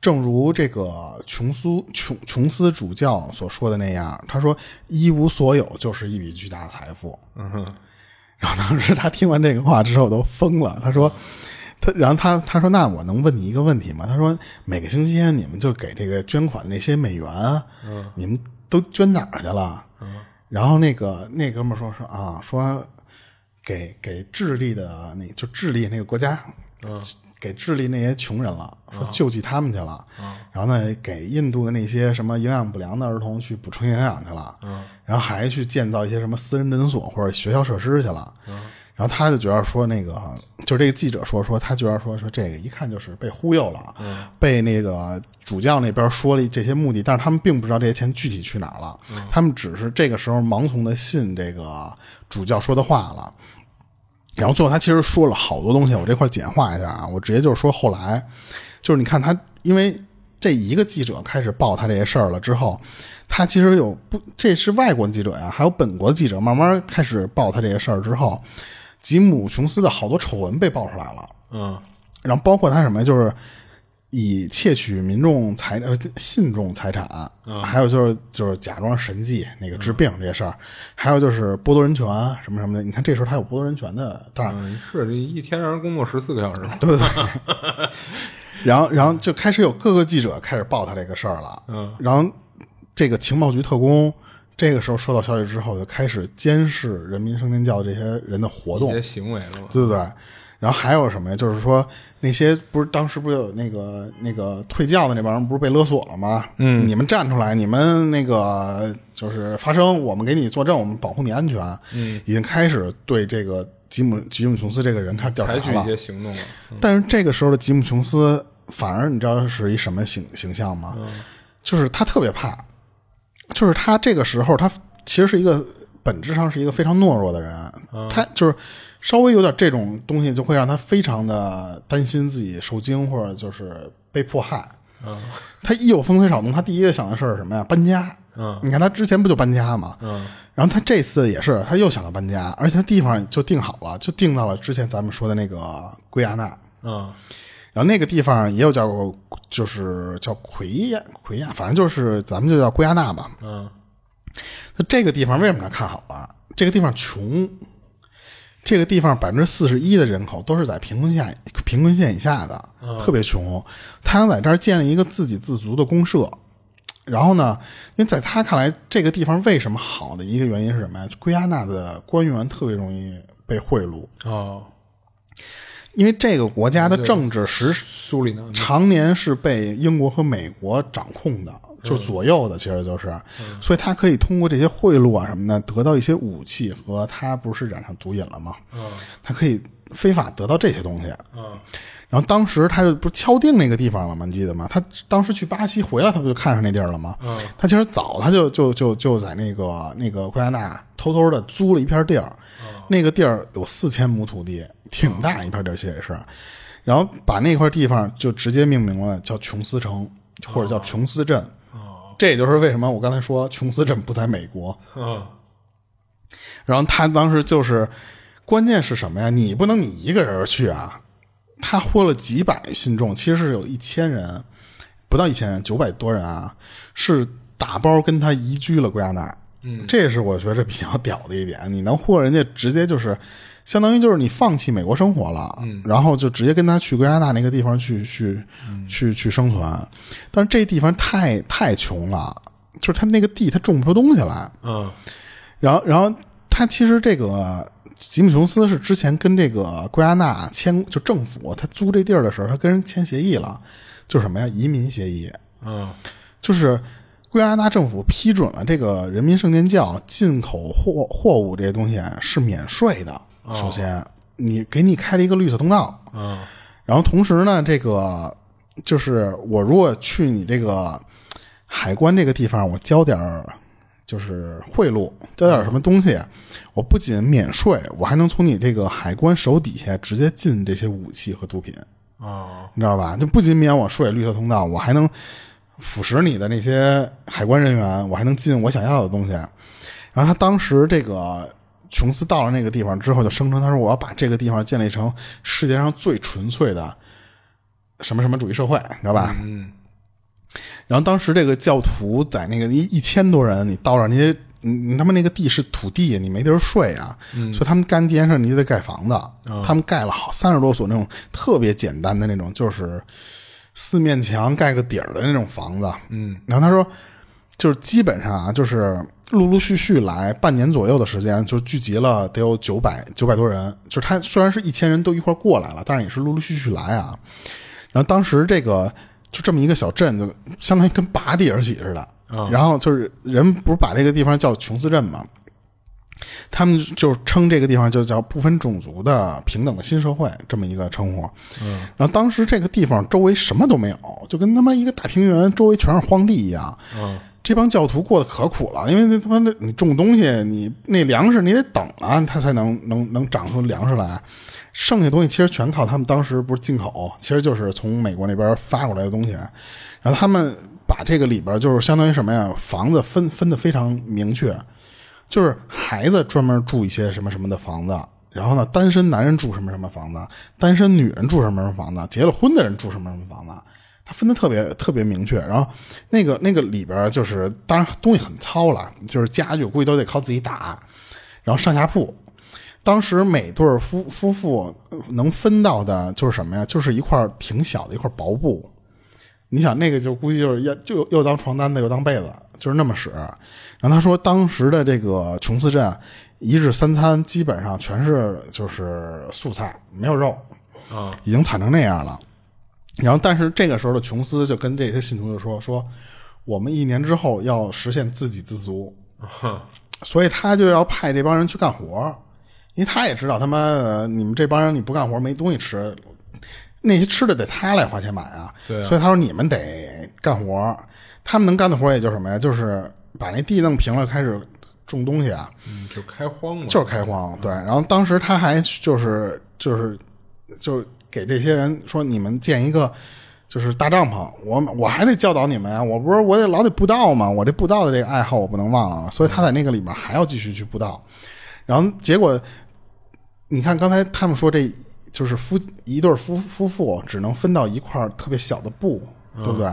B: 正如这个琼斯琼琼斯主教所说的那样，他说一无所有就是一笔巨大的财富。
C: 嗯哼，
B: 然后当时他听完这个话之后都疯了，他说。他然后他他说那我能问你一个问题吗？他说每个星期天你们就给这个捐款那些美元，嗯，你们都捐哪儿去了？嗯，然后那个那哥们儿说说啊说给给智利的那就智利那个国家，嗯，给智利那些穷人了，说救济他们去了，然后呢给印度的那些什么营养不良的儿童去补充营养去了，嗯，然后还去建造一些什么私人诊所或者学校设施去了，嗯，然后他就觉得说那个就是这个记者说说他觉得说说这个一看就是被忽悠了，被那个主教那边说了这些目的，但是他们并不知道这些钱具体去哪儿了，他们只是这个时候盲从的信这个主教说的话了。然后最后他其实说了好多东西，我这块简化一下啊，我直接就是说后来，就是你看他，因为这一个记者开始报他这些事儿了之后，他其实有不，这是外国记者呀、还有本国记者慢慢开始报他这些事儿之后，吉姆琼斯的好多丑闻被爆出来了，
C: 嗯
B: 然后包括他什么呀就是。以窃取民众财呃信众财产，
C: 嗯
B: 还有就是就是假装神迹那个治病这事儿，还有就是剥夺人权什么什么的。你看这时候他有剥夺人权的，当然
C: 嗯，是这一天让人工作十四个小时嘛，
B: 对对对。 然后，然后就开始有各个记者开始报他这个事儿了。
C: 嗯，
B: 然后这个情报局特工这个时候收到消息之后，就开始监视人民圣殿教这些人的活
C: 一
B: 动
C: 些，行为了嘛，
B: 对不对？然后还有什么呀？就是说那些不是当时不是有那个那个退教的那帮人不是被勒索了吗？嗯，你们站出来，你们那个就是发声，我们给你作证，我们保护你安全。嗯，已经开始对这个吉姆吉姆琼斯这个人开始调查
C: 采
B: 了，
C: 取一些行动了。
B: 但是这个时候的吉姆·琼斯，反而你知道是一什么形形象吗？
C: 嗯
B: 就是他特别怕，就是他这个时候他其实是一个本质上是一个非常懦弱的人，
C: 嗯
B: 他就是稍微有点这种东西，就会让他非常的担心自己受惊或者就是被迫害。
C: 嗯
B: 他一有风吹草动，他第一个想的事儿是什么呀？搬家。
C: 嗯
B: 你看他之前不就搬家吗？
C: 嗯
B: 然后他这次也是，他又想到搬家，而且他地方就定好了，就定到了之前咱们说的那个圭亚那。
C: 嗯
B: 然后那个地方也有叫，就是叫奎亚奎亚，反正就是咱们就叫圭亚那吧。
C: 嗯
B: 那这个地方为什么他看好了？这个地方穷，这个地方百分之四十一的人口都是在贫困下贫困线以下的，特别穷。他想在这儿建立一个自给自足的公社。然后呢，因为在他看来，这个地方为什么好的一个原因是什么呀？圭亚那的官员特别容易被贿赂，
C: 哦，
B: 因为这个国家的政治实
C: 苏里南
B: 常年是被英国和美国掌控的，就是左右的，其实就是，所以他可以通过这些贿赂啊什么的，得到一些武器和他不是染上毒瘾了吗？
C: 嗯
B: 他可以非法得到这些东西。
C: 嗯
B: 然后当时他就不是敲定那个地方了吗？你记得吗？他当时去巴西回来，他不就看上那地儿了吗？
C: 嗯
B: 他其实早他就就就就在那个那个圭亚那偷偷的租了一片地儿，
C: 嗯
B: 那个地儿有四千亩土地，挺大一片地儿，其实也是。然后把那块地方就直接命名了叫琼斯城，或者叫琼斯镇。
C: 哦
B: 这也就是为什么我刚才说琼斯镇不在美国。
C: 嗯
B: 然后他当时就是，关键是什么呀？你不能你一个人去啊！他豁了几百信众，其实是有一千人，不到一千人，九百多人啊，是打包跟他移居了圭亚那。
C: 嗯，
B: 这是我觉着比较屌的一点，你能豁人家直接就是，相当于就是你放弃美国生活了，然后就直接跟他去圭亚那那个地方去去去去生存。但是这地方太太穷了，就是他那个地他种不出东西来，
C: 嗯
B: 然后，然后他其实这个吉姆·琼斯是之前跟这个圭亚那签，就政府他租这地儿的时候，他跟人签协议了，就是什么呀？移民协议，
C: 嗯
B: 就是圭亚那政府批准了这个人民圣殿教进口货货物这些东西是免税的。首先，你给你开了一个绿色通道，
C: 嗯
B: 然后同时呢，这个就是我如果去你这个海关这个地方，我交点儿就是贿赂，交点儿什么东西，我不仅免税，我还能从你这个海关手底下直接进这些武器和毒品，
C: 哦
B: 你知道吧？就不仅免我税，绿色通道，我还能腐蚀你的那些海关人员，我还能进我想要的东西。然后他当时这个琼斯到了那个地方之后，就声称他说我要把这个地方建立成世界上最纯粹的什么什么主义社会，你知道吧？
C: 嗯
B: 然后当时这个教徒在那个一一千多人，你到了那些。嗯，他们那个地是土地，你没地儿睡啊，所以他们干地上你就得盖房子。他们盖了好三十多所那种特别简单的那种，就是四面墙盖个底儿的那种房子。
C: 嗯
B: 然后他说，就是基本上啊，就是陆陆续续来半年左右的时间，就聚集了得有九百九百多人。就是他虽然是一千人都一块儿过来了，但是也是陆陆续续来啊。然后当时这个就这么一个小镇，就相当于跟拔地而起似的。然后就是人不是把这个地方叫琼斯镇吗？他们就称这个地方就叫不分种族的平等的新社会这么一个称呼。嗯，然后当时这个地方周围什么都没有，就跟他妈一个大平原，周围全是荒地一样。
C: 嗯，
B: 这帮教徒过得可苦了，因为那他妈的你种东西，你那粮食你得等啊，它才能能能长出粮食来。剩下东西其实全靠他们当时不是进口，其实就是从美国那边发过来的东西。然后他们把这个里边就是相当于什么呀，房子分分的非常明确，就是孩子专门住一些什么什么的房子，然后呢，单身男人住什么什么房子，单身女人住什么什么房子，结了婚的人住什么什么房子，它分的特别特别明确。然后那个那个里边儿就是，当然东西很糙了，就是家具估计都得靠自己打，然后上下铺。当时每对儿夫夫妇呃能分到的就是什么呀？就是一块儿挺小的一块薄布，你想那个就估计就是要就又当床单子又当被子，就是那么使。然后他说，当时的这个琼斯镇啊一日三餐基本上全是就是素菜，没有肉，
C: 嗯
B: 已经惨成那样了。然后，但是这个时候的琼斯就跟这些信徒就说说，我们一年之后要实现自给自足，
C: 嗯
B: 所以他就要派这帮人去干活，因为他也知道他妈呃你们这帮人你不干活没东西吃，那些吃的得他来花钱买啊。
C: 对啊
B: 所以他说你们得干活，他们能干的活也就是什么呀？就是把那地弄平了，开始种东西啊，
C: 嗯，就开荒嘛，
B: 就是开荒。对，然后当时他还就是就是就是给这些人说，你们建一个就是搭帐篷，我我还得教导你们啊，我不是我得老得布道嘛，我这布道的这个爱好我不能忘了，所以他在那个里面还要继续去布道，然后结果你看刚才他们说这就是夫一对夫夫妇只能分到一块儿特别小的布，对不对？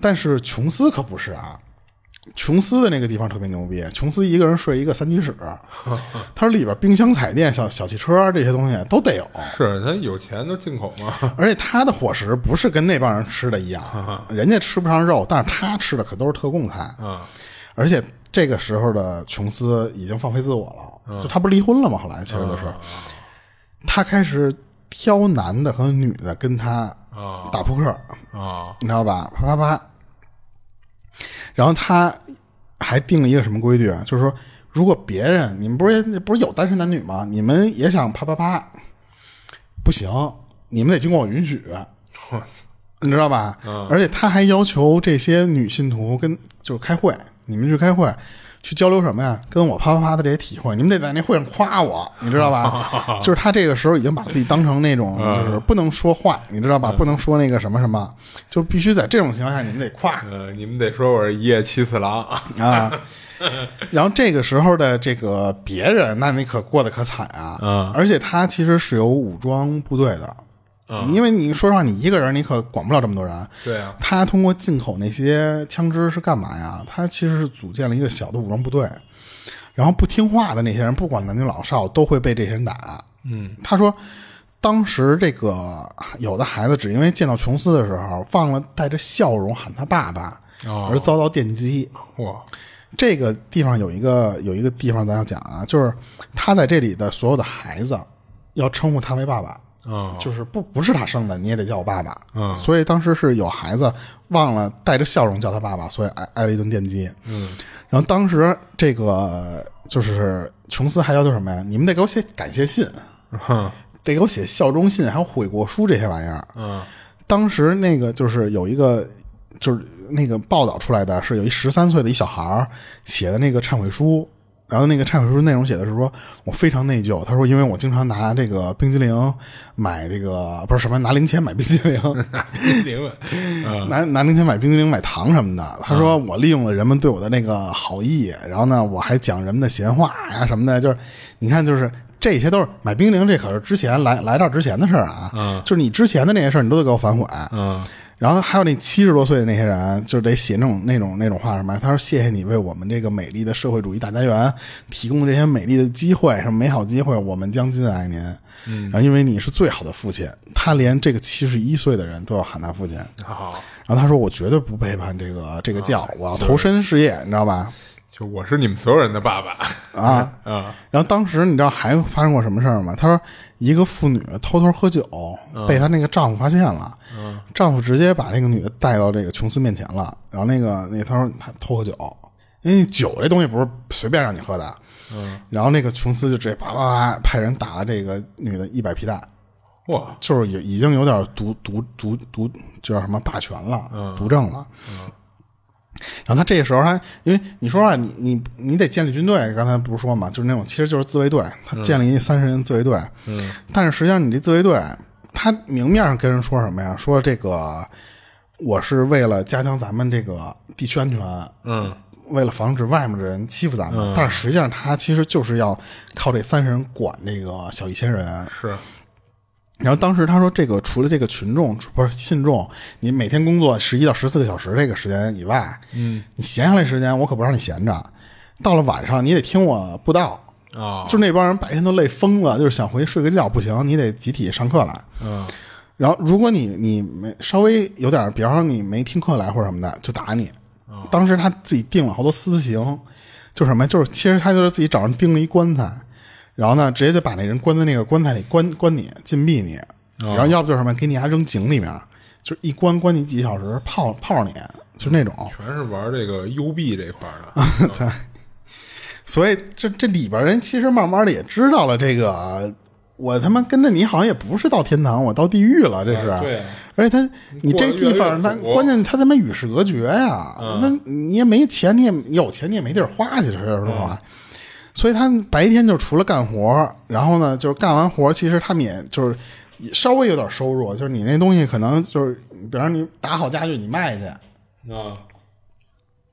B: 但是琼斯可不是啊，琼斯的那个地方特别牛逼，琼斯一个人睡一个三居室，他说里边冰箱、彩电、小小汽车啊这些东西都得有，
C: 是他有钱都进口嘛，
B: 而且他的伙食不是跟那帮人吃的一样，
C: 啊
B: 人家吃不上肉，但是他吃的可都是特供菜。
C: 啊，
B: 而且这个时候的琼斯已经放飞自我
C: 啊
B: 了，就他不是离婚了吗？后来其实就是，他开始挑男的和女的跟他
C: 啊
B: 打扑克，
C: 啊
B: 你知道吧？啪啪啪。然后他还定了一个什么规矩啊？就是说，如果别人你们不是也不是有单身男女吗？你们也想啪啪啪，不行，你们得经过我允许。
C: 我操
B: 你知道吧？而且他还要求这些女信徒跟就是开会，你们去开会，去交流什么呀？跟我啪啪啪的这些体会，你们得在那会上夸我，你知道吧？就是他这个时候已经把自己当成那种就是不能说坏，你知道吧？不能说那个什么什么，就必须在这种情况下你们得夸
C: 呃，你们得说我是一夜七次郎，
B: 啊。然后这个时候的这个别人，那你可过得可惨啊！
C: 嗯
B: 而且他其实是有武装部队的。因为你说实话，你一个人你可管不了这么多人，
C: 对啊，
B: 他通过进口那些枪支是干嘛呀？他其实是组建了一个小的武装部队，然后不听话的那些人，不管男女老少，都会被这些人打。嗯，他说，当时这个有的孩子只因为见到琼斯的时候，忘了带着笑容喊他爸爸，
C: 哦
B: 而遭到电击。
C: 哇，
B: 这个地方有一个有一个地方咱要讲啊，就是他在这里的所有的孩子要称呼他为爸爸。
C: 啊
B: 就是不不是他生的，你也得叫我爸爸。
C: 嗯
B: 所以当时是有孩子忘了带着笑容叫他爸爸，所以挨挨了一顿电击。嗯，然后当时这个就是琼斯还要求什么呀？你们得给我写感谢信，
C: 哼
B: 得给我写效忠信，还有悔过书这些玩意儿。
C: 嗯，
B: 当时那个就是有一个。就是那个报道出来的是有一十三岁的一小孩儿写的那个忏悔书，然后那个忏悔书内容写的是说，我非常内疚。他说，因为我经常拿这个冰激凌买这个不是什么拿零钱买冰激凌，
C: 明白，嗯
B: 拿拿零钱买冰激凌、买糖什么的。他说我利用了人们对我的那个好意，然后呢，我还讲人们的闲话呀什么的。就是你看，就是这些都是买冰激凌，这可是之前来来这之前的事儿啊。
C: 嗯
B: 就是你之前的那些事儿，你都得给我反悔。
C: 嗯
B: 然后还有那七十多岁的那些人，就是得写那种那种那种话什么呀？他说：“谢谢你为我们这个美丽的社会主义大家园提供的这些美丽的机会，什么美好机会，我们将尽爱您。”嗯，然后因为你是最好的父亲，他连这个七十一岁的人都要喊他父亲。
C: 好，
B: 然后他说：“我绝对不背叛这个这个教，我要投身事业，你知道吧？”
C: 就我是你们所有人的爸爸
B: 啊，
C: 啊，
B: 然后当时你知道还发生过什么事儿吗？她说一个妇女偷偷喝酒，被她那个丈夫发现了，丈夫直接把那个女的带到这个琼斯面前了。然后那个那她说她偷喝酒，因为酒这东西不是随便让你喝的。嗯，然后那个琼斯就直接啪啪啪派人打了这个女的一百皮带，
C: 哇，
B: 就是有已经有点独独独独就叫什么霸权了，独政了。然后他这个时候还，因为你说啊，你你你得建立军队，刚才不是说嘛，就是那种其实就是自卫队，他建立一三十人自卫队。嗯，但是实际上你这自卫队，他明面上跟人说什么呀？说这个我是为了加强咱们这个地区安全，
C: 嗯
B: 为了防止外面的人欺负咱们。但是实际上他其实就是要靠这三十人管这个小一千人。
C: 是，
B: 然后当时他说，这个除了这个群众不是信众，你每天工作十一到十四个小时这个时间以外，嗯，你闲下来时间我可不让你闲着。到了晚上你得听我布道，
C: 啊
B: 就那帮人白天都累疯了，就是想回去睡个觉不行，你得集体上课来。
C: 嗯
B: 然后如果你你没稍微有点，比方说你没听课来或者什么的，就打你。当时他自己定了好多私刑，就是什么呀，就是其实他就是自己找人钉了一棺材，然后呢直接就把那人关在那个棺材里关关你禁闭你，然后要不就是什么给你还扔井里面，就是一关关你几小时泡泡你，就是那种。
C: 全是玩这个 UB 这块儿的，
B: 对，所以这这里边人其实慢慢的也知道了这个，呃我他妈跟着你好像也不是到天堂，我到地狱了，这是。
C: 哎对啊
B: 而且他你这地方，
C: 过得越
B: 他
C: 来越苦
B: 关键他他妈与世隔绝呀、那、你也没钱，你也有钱，你也没地儿花去，说实
C: 嗯
B: 话。所以他们白天就除了干活，然后呢，就是干完活，其实他们也就是也稍微有点收入，就是你那东西可能就是，比方说你打好家具，你卖去，
C: 啊，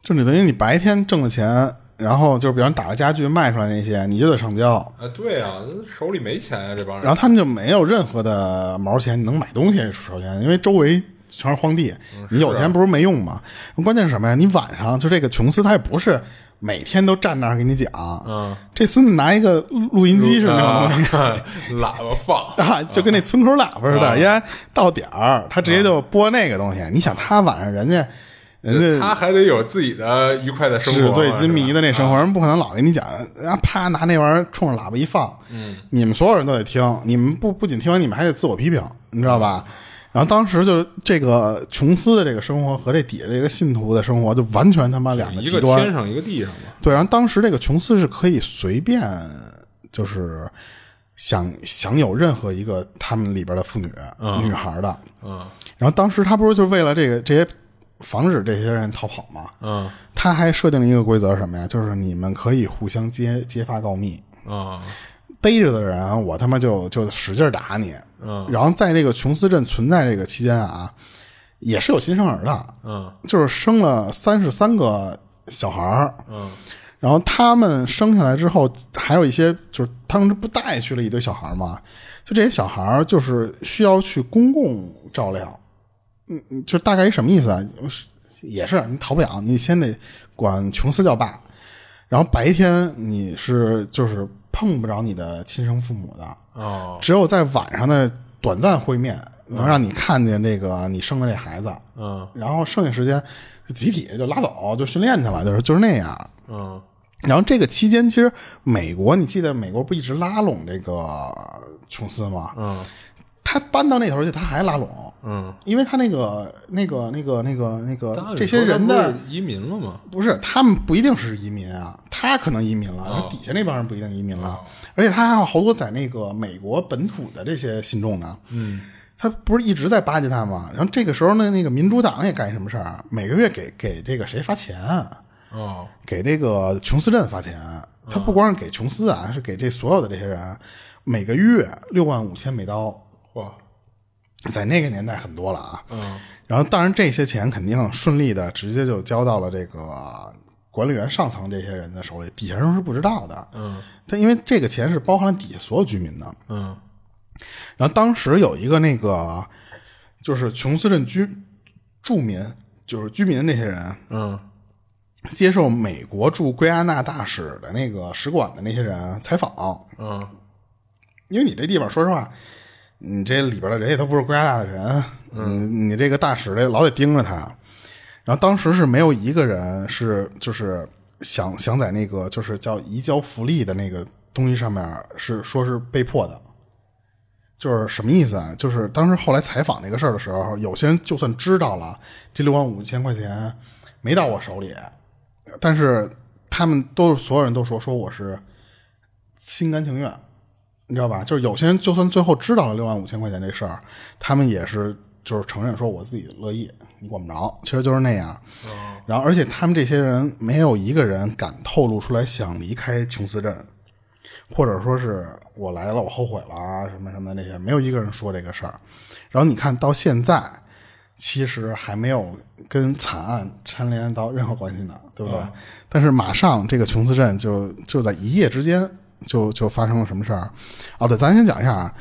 B: 就你等于你白天挣的钱，然后就是比方打了家具卖出来那些，你就得上交。
C: 啊，对啊，手里没钱啊，这帮人。
B: 然后他们就没有任何的毛钱能买东西，首先因为周围全是荒地，你有钱不嗯是没啊用吗？关键是什么呀？你晚上就这个琼斯他也不是每天都站那儿给你讲，
C: 嗯，
B: 这孙子拿一个录录音机似的那种东西。
C: 啊 喇叭放，
B: 啊，就跟那村口喇叭似的，人家到点儿，他直接就播那个东西。你想，他晚上人家，人家
C: 他还得有自己的愉快的生活啊嘛，
B: 纸醉金迷的那生
C: 活，
B: 活，人不可能老给你讲，然后啪拿那玩意儿冲着喇叭一放，嗯，你们所有人都得听，你们不不仅听完，你们还得自我批评，你知道吧？然后当时就是这个琼斯的这个生活和这底下这个信徒的生活，就完全他妈两
C: 一
B: 极
C: 个
B: 端
C: 天，上一个地上嘛。
B: 对，然后当时这个琼斯是可以随便，就是想享有任何一个他们里边的妇女、女孩的。
C: 嗯
B: 然后当时他不是就是为了这个这些防止这些人逃跑吗？
C: 嗯
B: 他还设定了一个规则是什么呀？就是你们可以互相揭揭发告密，
C: 嗯
B: 逮着的人啊我他妈就就使劲打你。
C: 嗯
B: 然后在这个琼斯镇存在这个期间啊，也是有新生儿的，
C: 嗯
B: 就是生了三十三个小孩儿。
C: 嗯
B: 然后他们生下来之后，还有一些就是他们不带去了一堆小孩儿嘛，就这些小孩儿就是需要去公共照料，嗯，嗯，就是大概一什么意思啊？是也是你逃不了，你先得管琼斯叫爸，然后白天你是就是碰不着你的亲生父母的，
C: 哦
B: 只有在晚上的短暂会面能让你看见这个你生的这孩子，
C: 嗯
B: 然后剩下时间就集体就拉倒，就训练去了，就是就是那样。
C: 嗯
B: 然后这个期间，其实美国，你记得美国不一直拉拢这个琼斯吗？
C: 嗯
B: 他搬到那头去，他还拉拢，
C: 嗯，
B: 因为他那个、那个、那个、那个、那
C: 当
B: 个
C: 然
B: 呃这些人
C: 说他
B: 的
C: 不是移民了嘛，
B: 不是他们不一定是移民啊，他可能移民了，他底下那帮人不一定移民了，而且他还有好多在那个美国本土的这些信众呢。嗯。他不是一直在巴结他吗？然后这个时候呢，那个民主党也干什么事儿啊？每个月给给这个谁发钱、
C: 哦
B: 给这个琼斯镇发钱，他不光是给琼斯啊，是给这所有的这些人，每个月六万五千美刀，
C: 哇，
B: 在那个年代很多了啊。
C: 嗯
B: 然后，当然这些钱肯定顺利的直接就交到了这个管理员上层这些人的手里，底下人是不知道的。
C: 嗯
B: 他因为这个钱是包含了底下所有居民的。
C: 嗯
B: 然后当时有一个那个就是琼斯镇居住民，就是居民那些人，啊
C: 嗯
B: 接受美国驻圭亚那大使的那个使馆的那些人采访，
C: 嗯
B: 因为你这地方，说实话，你这里边的人也都不是圭亚那的人，嗯，你这个大使这老得盯着他。然后当时是没有一个人是就是想想在那个就是叫移交福利的那个东西上面是说是被迫的，就是什么意思啊？就是当时后来采访这个事儿的时候，有些人就算知道了这六万五千块钱没到我手里，但是他们都是所有人都说说我是心甘情愿，你知道吧？就是有些人就算最后知道了六万五千块钱这事儿，他们也是就是承认说我自己乐意，你管不着，其实就是那样。然后，而且他们这些人没有一个人敢透露出来想离开琼斯镇，或者说是我来了，我后悔了啊，什么什么的那些，没有一个人说这个事儿。然后你看到现在，其实还没有跟惨案牵连到任何关系呢，对不
C: 啊
B: 对？但是马上这个琼斯镇就就在一夜之间就就发生了什么事儿？哦，对，咱先讲一下啊，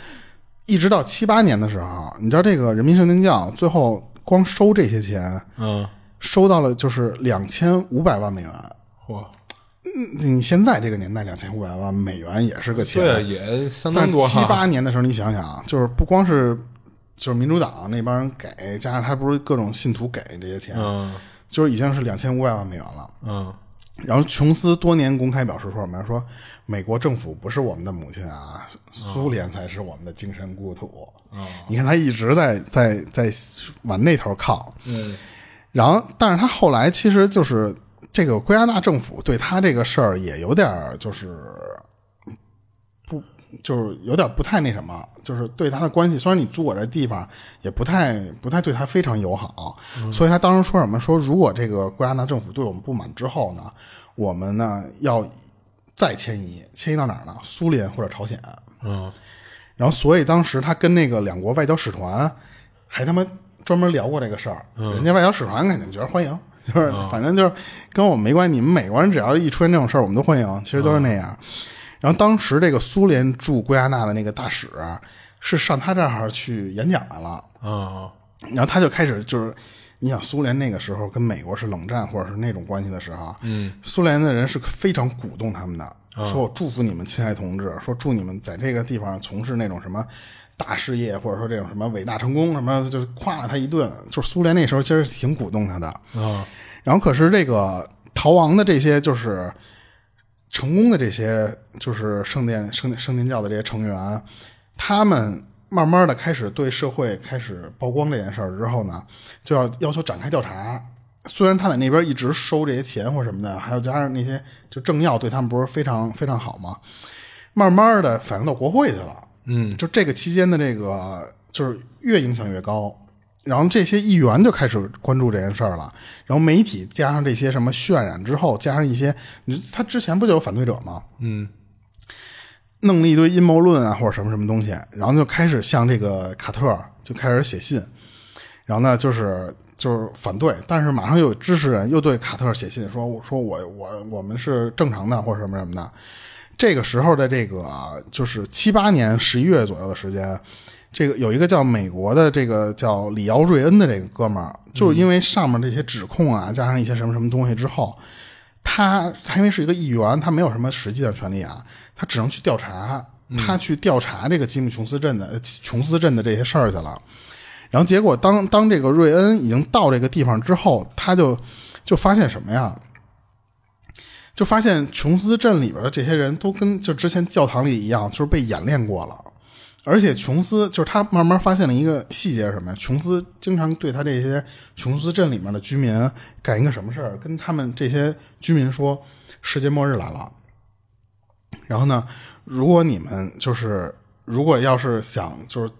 B: 一直到七八年的时候，啊你知道这个人民圣经教最后光收这些钱，
C: 嗯，
B: 收到了就是两千五百万美元。
C: 哇，
B: 嗯，你现在这个年代，两千五百万美元也是个钱，
C: 对，也相
B: 但
C: 当多啊
B: 七
C: 哈，
B: 八年的时候，你想想，就是不光是就是民主党那帮人给，加上他不是各种信徒给这些钱，
C: 嗯
B: 就是已经是两千五百万美元了。
C: 嗯
B: 然后琼斯多年公开表示说什么呀？说美国政府不是我们的母亲啊，苏联才是我们的精神故土。
C: 嗯
B: 你看他一直在在在往那头靠，
C: 嗯
B: 然后，但是他后来其实就是这个圭亚那政府对他这个事儿也有点儿就是不就是有点不太那什么，就是对他的关系，虽然你租我这地方，也不太不太对他非常友好，所以他当时说什么说，如果这个圭亚那政府对我们不满之后呢，我们呢要再迁移，迁移到哪儿呢？苏联或者朝鲜。
C: 嗯
B: 然然后所以当时他跟那个两国外交使团还他妈专门聊过这个事儿，人家外交使团肯定觉得欢迎， 就是反正就是跟我们没关系，你们美国人只要一出现这种事儿，我们都欢迎，其实都是那样。然后当时这个苏联驻圭亚那的那个大使啊是上他这儿去演讲来了，
C: 啊
B: 然后他就开始就是，你想苏联那个时候跟美国是冷战或者是那种关系的时候，嗯，苏联的人是非常鼓动他们的，说我祝福你们亲爱同志，说祝你们在这个地方从事那种什么大事业，或者说这种什么伟大成功什么，就是夸了他一顿。就是苏联那时候其实挺鼓动他的，
C: 啊
B: 然后可是这个逃亡的这些就是成功的这些就是圣殿圣殿圣殿教的这些成员，他们慢慢的开始对社会开始曝光这件事儿之后呢，就要要求展开调查。虽然他在那边一直收这些钱或什么的，还有加上那些就政要对他们不是非常非常好吗？慢慢的反映到国会去了。
C: 嗯，
B: 就这个期间的这个就是越影响越高，然后这些议员就开始关注这件事儿了，然后媒体加上这些什么渲染之后，加上一些，你就他之前不就有反对者吗？
C: 嗯
B: 弄了一堆阴谋论啊或者什么什么东西，然后就开始向这个卡特就开始写信，然后呢就是就是反对，但是马上又有支持人又对卡特写信说说我我我们是正常的或者什么什么的。这个时候的这个就是七八年十一月左右的时间，这个有一个叫美国的这个叫里奥瑞恩的这个哥们儿，就是因为上面这些指控啊，加上一些什么什么东西之后，他他因为是一个议员，他没有什么实际的权利啊，他只能去调查，他去调查这个吉姆琼斯镇的呃琼斯镇的这些事儿去了。然后结果当当这个瑞恩已经到这个地方之后，他就就发现什么呀？就发现琼斯镇里边的这些人都跟就之前教堂里一样，就是被演练过了。而且琼斯就是他慢慢发现了一个细节是什么呀？琼斯经常对他这些琼斯镇里面的居民干一个什么事儿，跟他们这些居民说世界末日来了。然后呢，如果你们就是如果要是想就是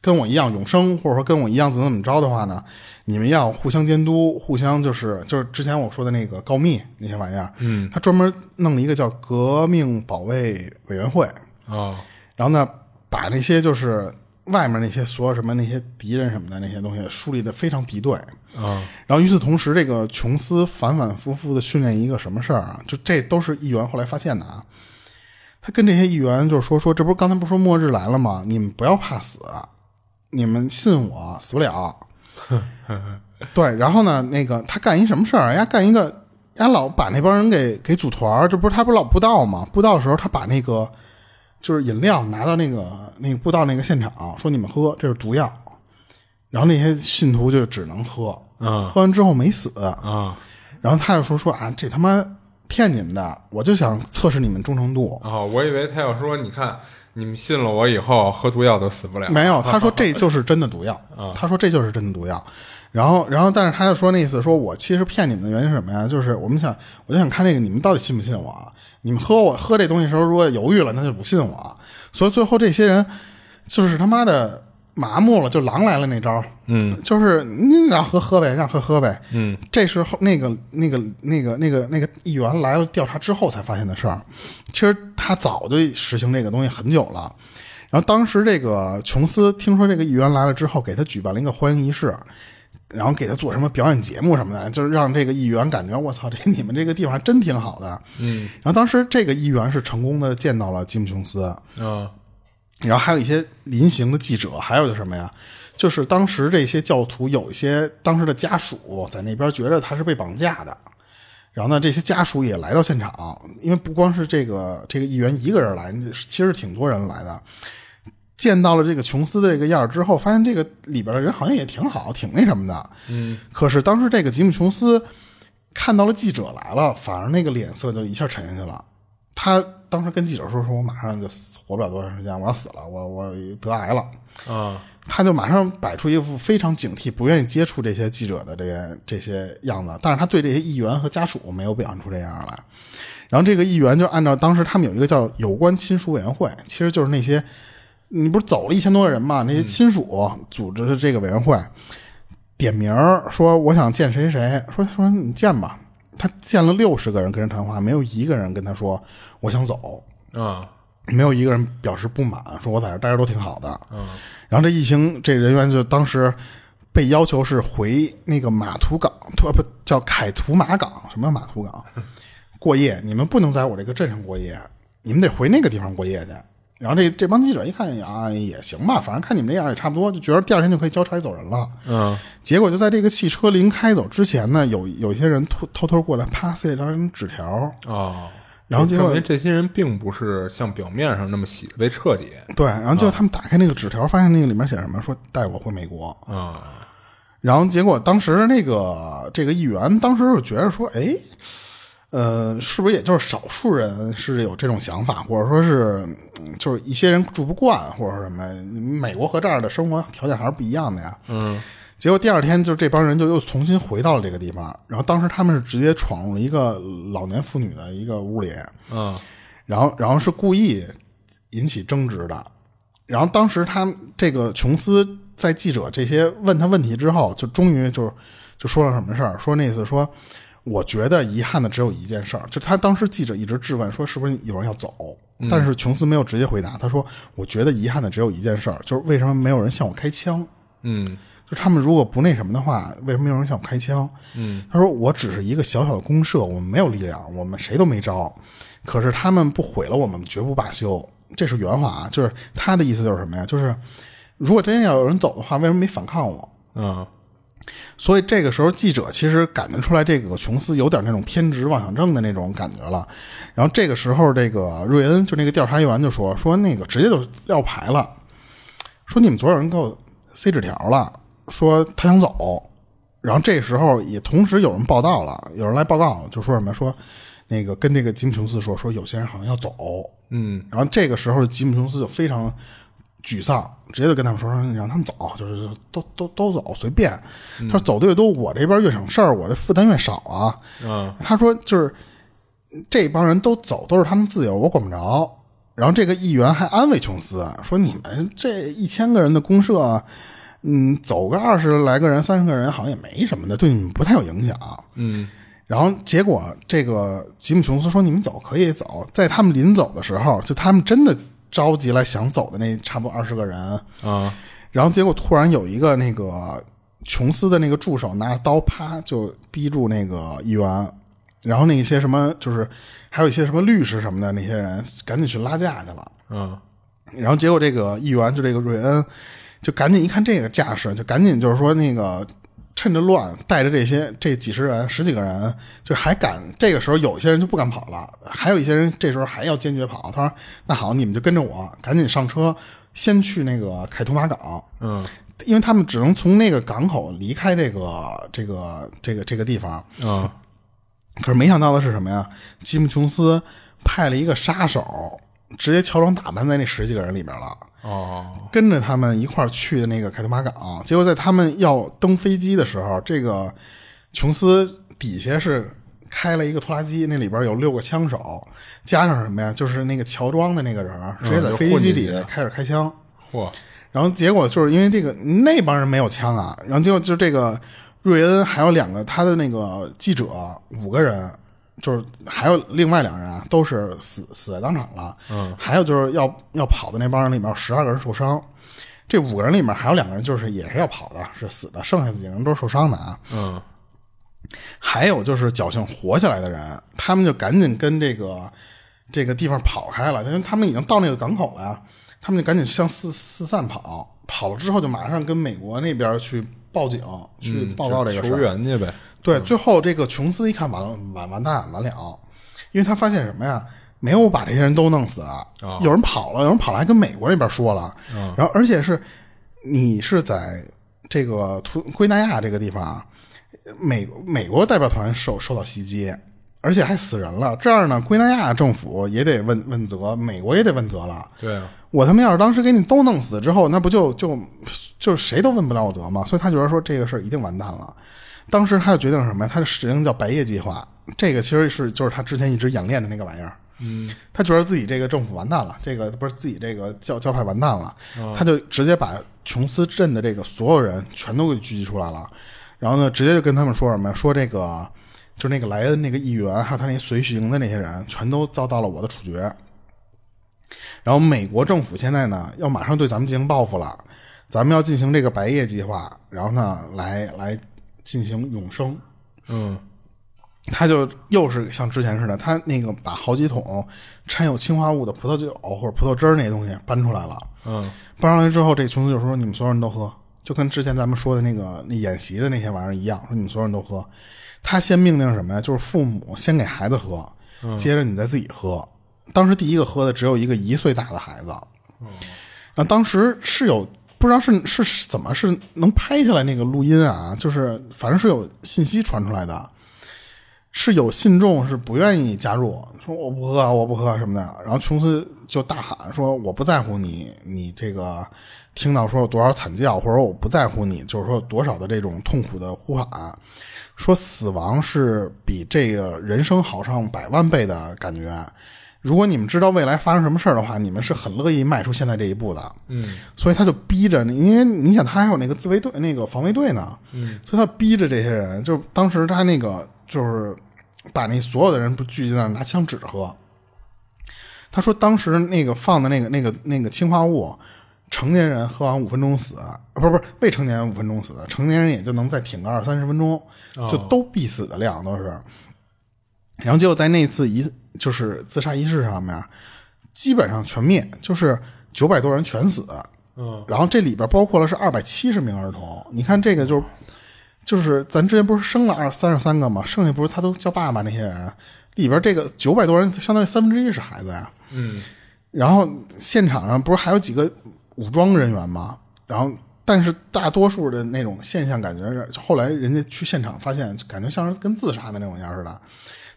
B: 跟我一样永生，或者说跟我一样怎么怎么着的话呢，你们要互相监督，互相就是就是之前我说的那个告密那些玩意儿，嗯，他专门弄了一个叫革命保卫委员会，
C: 啊
B: 然后呢，把那些就是外面那些所有什么那些敌人什么的那些东西梳理的非常敌对，
C: 啊
B: 然后与此同时，这个琼斯反反复复的训练一个什么事儿啊？就这都是议员后来发现的啊。他跟这些议员就是说说，这不是刚才不是说末日来了吗？你们不要怕死，啊你们信我，死不了。对，然后呢，那个他干一什么事儿？啊人家干一个，人家老把那帮人给给组团儿，这不是他不是老布道吗？布道的时候，他把那个就是饮料拿到那个那个布道那个现场，说你们喝，这是毒药。然后那些信徒就只能喝，
C: 啊
B: 喝完之后没死，
C: 啊
B: 然后他又说说啊，这他妈骗你们的，我就想测试你们忠诚度。
C: 啊！我以为他要说，你看你们信了我以后，喝毒药都死不了。
B: 没有，他说这就是真的毒药，他说这就是真的毒药。然后，然后，但是他就说那意思，说我其实骗你们的原因是什么呀？就是我们想，我就想看那个你们到底信不信我。啊你们喝我喝这东西的时候，如果犹豫了，那就不信我。啊所以最后这些人就是他妈的麻木了，就狼来了那招。嗯，就是你让喝喝呗，让喝喝呗。嗯，这是后那个那个那个那个那个议员来了调查之后才发现的事儿。其实他早就实行这个东西很久了。然后当时这个琼斯听说这个议员来了之后，给他举办了一个欢迎仪式，然后给他做什么表演节目什么的，就是让这个议员感觉我操，这你们这个地方还真挺好的。嗯。然后当时这个议员是成功的见到了吉姆琼斯，
C: 啊
B: 然后还有一些临行的记者，还有就是什么呀？就是当时这些教徒有一些当时的家属在那边觉得他是被绑架的，然后呢，这些家属也来到现场，因为不光是这个这个议员一个人来，其实挺多人来的。见到了这个琼斯的这个样儿之后，发现这个里边的人好像也挺好，挺那什么的。嗯，可是当时这个吉姆琼斯看到了记者来了，反而那个脸色就一下沉下去了。他当时跟记者说：“说我马上就死活不了多长时间，我要死了，我我得癌了。”
C: 啊
B: 他就马上摆出一副非常警惕、不愿意接触这些记者的这些这些样子，但是他对这些议员和家属没有表现出这样来。然后这个议员就按照当时他们有一个叫有关亲属委员会，其实就是那些你不是走了一千多个人嘛，那些亲属组织的这个委员会，点名儿说我想见谁谁，说说你见吧。他见了六十个人跟人谈话，没有一个人跟他说我想走。
C: 啊
B: 没有一个人表示不满，说我在这儿待着都挺好的。嗯，然后这疫情这人员就当时被要求是回那个马图港，呃不不叫凯图马港，什么马图港过夜，你们不能在我这个镇上过夜，你们得回那个地方过夜去。然后这这帮记者一看啊，也行吧，反正看你们这样也差不多，就觉得第二天就可以交差走人了。
C: 嗯，
B: 结果就在这个汽车临开走之前呢，有有一些人偷偷偷过来啪塞了张纸条，
C: 哦，
B: 然后结果
C: 证明这些人并不是像表面上那么洗的被彻底
B: 对，然后就他们打开那个纸条，发现那个里面写什么，说带我回美国。
C: 啊，
B: 然后结果当时那个这个议员当时就觉得说，哎，呃，是不是也就是少数人是有这种想法，或者说是嗯就是一些人住不惯或者什么？你们美国和这儿的生活条件还是不一样的呀。嗯。结果第二天，就是这帮人就又重新回到了这个地方。然后当时他们是直接闯入了一个老年妇女的一个屋里，
C: 嗯，
B: 然后然后是故意引起争执的。然后当时他这个琼斯在记者这些问他问题之后，就终于就是就说了什么事儿，说那次说，我觉得遗憾的只有一件事儿，就他当时记者一直质问说是不是有人要走，但是琼斯没有直接回答，他说我觉得遗憾的只有一件事儿，就是为什么没有人向我开枪。
C: 嗯
B: 就是他们如果不那什么的话，为什么没有人向我开枪？
C: 嗯，
B: 他说我只是一个小小的公社，我们没有力量，我们谁都没招，可是他们不毁了我们，绝不罢休。这是原话啊，就是他的意思就是什么呀？就是如果真要有人走的话，为什么没反抗我？
C: 啊，
B: 所以这个时候，记者其实感觉出来，这个琼斯有点那种偏执妄想症的那种感觉了。然后这个时候，这个瑞恩就那个调查员就说说那个直接就撂牌了，说你们昨儿有人给我塞纸条了，说他想走。然后这时候也同时有人报道了，有人来报告就说什么说那个跟这个吉姆琼斯说说有些人好像要走，
C: 嗯
B: 然后这个时候，吉姆琼斯就非常沮丧，直接就跟他们说：“说你让他们走，就是都都都走，随便。”他说：“走的越多，我这边越省事儿，我的负担越少啊。
C: 啊，”
B: 他说：“就是这帮人都走，都是他们自由，我管不着。”然后这个议员还安慰琼斯啊说：“你们这一千个人的公社，嗯，走个二十来个人、三十个人，好像也没什么的，对你们不太有影响。”啊
C: 嗯
B: 然后结果，这个吉姆琼斯说：“你们走可以走。”在他们临走的时候，就他们真的着急来想走的那差不多二十个人，
C: 啊，
B: 然后结果突然有一个那个琼斯的那个助手拿着刀，啪就逼住那个议员，然后那些什么就是还有一些什么律师什么的那些人赶紧去拉架去了。
C: 啊，
B: 然后结果这个议员就这个瑞恩，就赶紧一看这个架势，就赶紧就是说那个趁着乱带着这些这几十人十几个人，就还敢这个时候有些人就不敢跑了，还有一些人这时候还要坚决跑。他说：“那好，你们就跟着我，赶紧上车，先去那个凯图马港。”
C: 嗯
B: 因为他们只能从那个港口离开这个这个这个这个地方，
C: 啊，
B: 可是没想到的是什么呀？吉姆琼斯派了一个杀手，直接乔装打扮在那十几个人里面了。
C: 哦，
B: 跟着他们一块儿去的那个凯特马港，结果在他们要登飞机的时候，这个琼斯底下是开了一个拖拉机，那里边有六个枪手，加上什么呀？就是那个乔装的那个人儿，直接在飞机里开始开枪。
C: 嚯，
B: 然后结果就是因为这个那帮人没有枪啊，然后结果就是这个瑞恩还有两个他的那个记者五个人，就是还有另外两人啊，都是死死在当场了。嗯，还有就是要要跑的那帮人里面有十二个人受伤，这五个人里面还有两个人就是也是要跑的，是死的，剩下的几个人都是受伤的啊。
C: 嗯
B: 还有就是侥幸活下来的人，他们就赶紧跟这个这个地方跑开了，因为他们已经到那个港口了呀，他们就赶紧向四四散跑，跑了之后就马上跟美国那边去报警，去
C: 嗯，
B: 报告这个事
C: 求
B: 儿。
C: 援去呗，
B: 对，最后这个琼斯一看完了，完完蛋完了，因为他发现什么呀？没有把这些人都弄死，啊有人跑了，有人跑了还跟美国那边说了，然后而且是你是在这个图圭纳亚这个地方，啊美美国代表团受受到袭击，而且还死人了，这样呢，圭纳亚政府也得问问责，美国也得问责了。
C: 对啊，
B: 我他妈要是当时给你都弄死之后，那不就就就是谁都问不了我责吗？所以他觉得说这个事儿一定完蛋了。当时他就决定是什么呀？他就使用叫白夜计划，这个其实是就是他之前一直演练的那个玩意儿。嗯，他觉得自己这个政府完蛋了，这个不是自己这个教教派完蛋了，他就直接把琼斯镇的这个所有人全都给聚集出来了，然后呢，直接就跟他们说什么呀？说这个就是那个莱恩那个议员，还有他那随行的那些人，全都遭到了我的处决。然后美国政府现在呢要马上对咱们进行报复了，咱们要进行这个白夜计划，然后呢来来进行永生。
C: 嗯，
B: 他就又是像之前似的，他那个把好几桶掺有氰化物的葡萄酒或者葡萄汁儿那些东西搬出来了。
C: 嗯，
B: 搬上来之后，这个琼斯就说：“你们所有人都喝，就跟之前咱们说的那个那演习的那些玩意儿一样，说你们所有人都喝。”他先命令什么呀？就是父母先给孩子喝，接着你再自己喝。当时第一个喝的只有一个一岁大的孩子。那当时是有不知道是是是怎么是能拍下来那个录音啊？就是反正是有信息传出来的，是有信众是不愿意加入，说我不喝啊，我不喝啊什么的。然后琼斯就大喊说：“我不在乎你，你这个听到说有多少惨叫，或者我不在乎你，就是说多少的这种痛苦的呼喊，说死亡是比这个人生好上百万倍的感觉。”如果你们知道未来发生什么事儿的话，你们是很乐意迈出现在这一步的。
C: 嗯，
B: 所以他就逼着你，因为你想他还有那个自卫队、那个防卫队呢，嗯，所以他逼着这些人，就是当时他那个就是把那所有的人不聚集在那儿拿枪指着喝。他说当时那个放的那个那个那个氰化物，成年人喝完五分钟死，啊不是不是未成年人五分钟死，成年人也就能再挺个二三十分钟，就都必死的量都是。然后结果在那次一就是自杀仪式上面，基本上全灭，就是九百多人全死。
C: 嗯，
B: 然后这里边包括了是二百七十名儿童。你看这个就是，就是咱之前不是生了二三十三个吗？剩下不是他都叫爸爸那些人，里边这个九百多人，相当于三分之一是孩子呀。
C: 嗯，
B: 然后现场上不是还有几个武装人员吗？然后，但是大多数的那种现象，感觉是后来人家去现场发现，感觉像是跟自杀的那种样似的。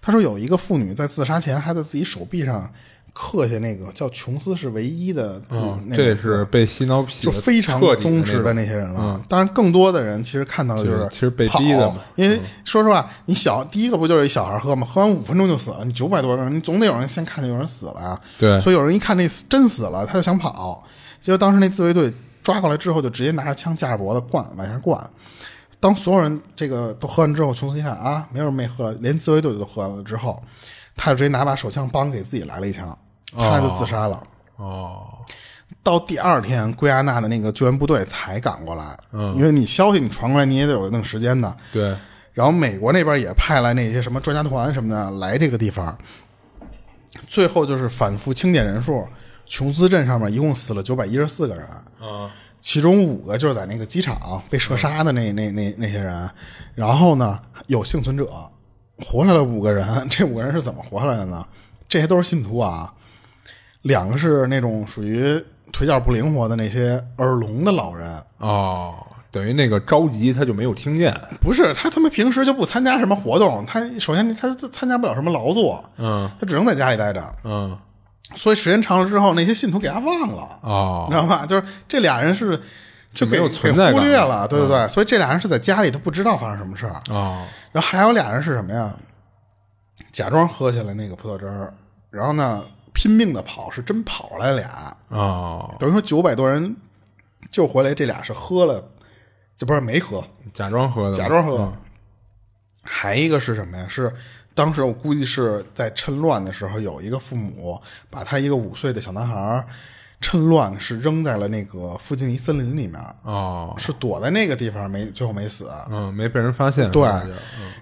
B: 他说有一个妇女在自杀前还在自己手臂上刻下那个叫“琼斯是唯一”的字，哦那
C: 哦这
B: 个
C: 是
B: 字
C: 被洗脑癖
B: 就
C: 的
B: 非常
C: 彻底
B: 忠实
C: 的
B: 的
C: 那
B: 那
C: 种
B: 些人了。当然，更多的人其实看到的就
C: 就是
B: 是
C: 其实被逼的嘛嗯
B: 跑因为说实话，你小第一个不就是一小孩喝吗？喝完五分钟就死了，你九百多个人，你总得有人先看见有人死了啊。
C: 对
B: 所以有人一看那真死了，他就想跑，结果当时那自卫队抓过来之后，就直接拿着枪架着脖子灌往下灌。当所有人这个都喝完之后，琼斯一看啊，没有人没喝，连自卫队都喝完了之后，他就直接拿把手枪帮给自己来了一枪，他就自杀了。
C: 哦，
B: 到第二天，圭亚那的那个救援部队才赶过来，因为你消息你传过来，你也得有一定时间的。
C: 对，
B: 然后美国那边也派来那些什么专家团什么的来这个地方，最后就是反复清点人数，琼斯镇上面一共死了九百一十四个人，
C: 啊，
B: 其中五个就是在那个机场被射杀的那、那那那些人，然后呢有幸存者活下来五个人，这五个人是怎么活下来的呢？这些都是信徒啊，两个是那种属于腿脚不灵活的那些耳聋的老人，
C: 哦，等于那个着急他就没有听见，
B: 不是他他妈平时就不参加什么活动，他首先他他参加不了什么劳作，
C: 嗯
B: 他只能在家里待着，
C: 嗯，
B: 所以时间长了之后，那些信徒给他忘了，你知
C: 哦，
B: 道吧？就是这俩人是就给
C: 没有存在感嗯
B: 给忽略了，对对对，所以这俩人是在家里都不知道发生什么事儿。
C: 哦，
B: 然后还有俩人是什么呀？假装喝下来那个葡萄汁儿，然后呢拼命的跑，是真跑来俩，
C: 哦，
B: 等于说九百多人救回来，这俩是喝了，这不是没喝，
C: 假装喝的，
B: 假装喝。还一个是什么呀？是当时我估计是在趁乱的时候，有一个父母把他一个五岁的小男孩儿趁乱是扔在了那个附近一森林里面，
C: 哦，
B: 是躲在那个地方没最后没死。
C: 嗯，没被人发现，
B: 对
C: 感觉，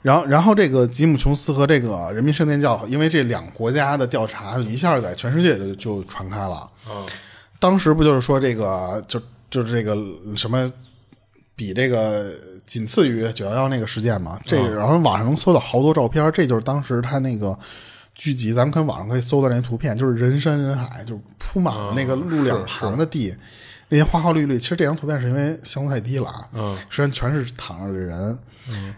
B: 然后，然后这个吉姆·琼斯和这个人民圣殿教，因为这两个国家的调查，一下在全世界就就传开了。
C: 嗯，
B: 当时不就是说这个就就是这个什么，比这个仅次于九幺幺那个事件嘛？这个，然后网上能搜到好多照片，这就是当时他那个聚集，咱们看网上可以搜到那图片，就是人山人海，就是铺满了那个路两旁的地。那些花花绿绿，其实这张图片是因为像素太低了啊，
C: 嗯，
B: 实际上全是躺着的人，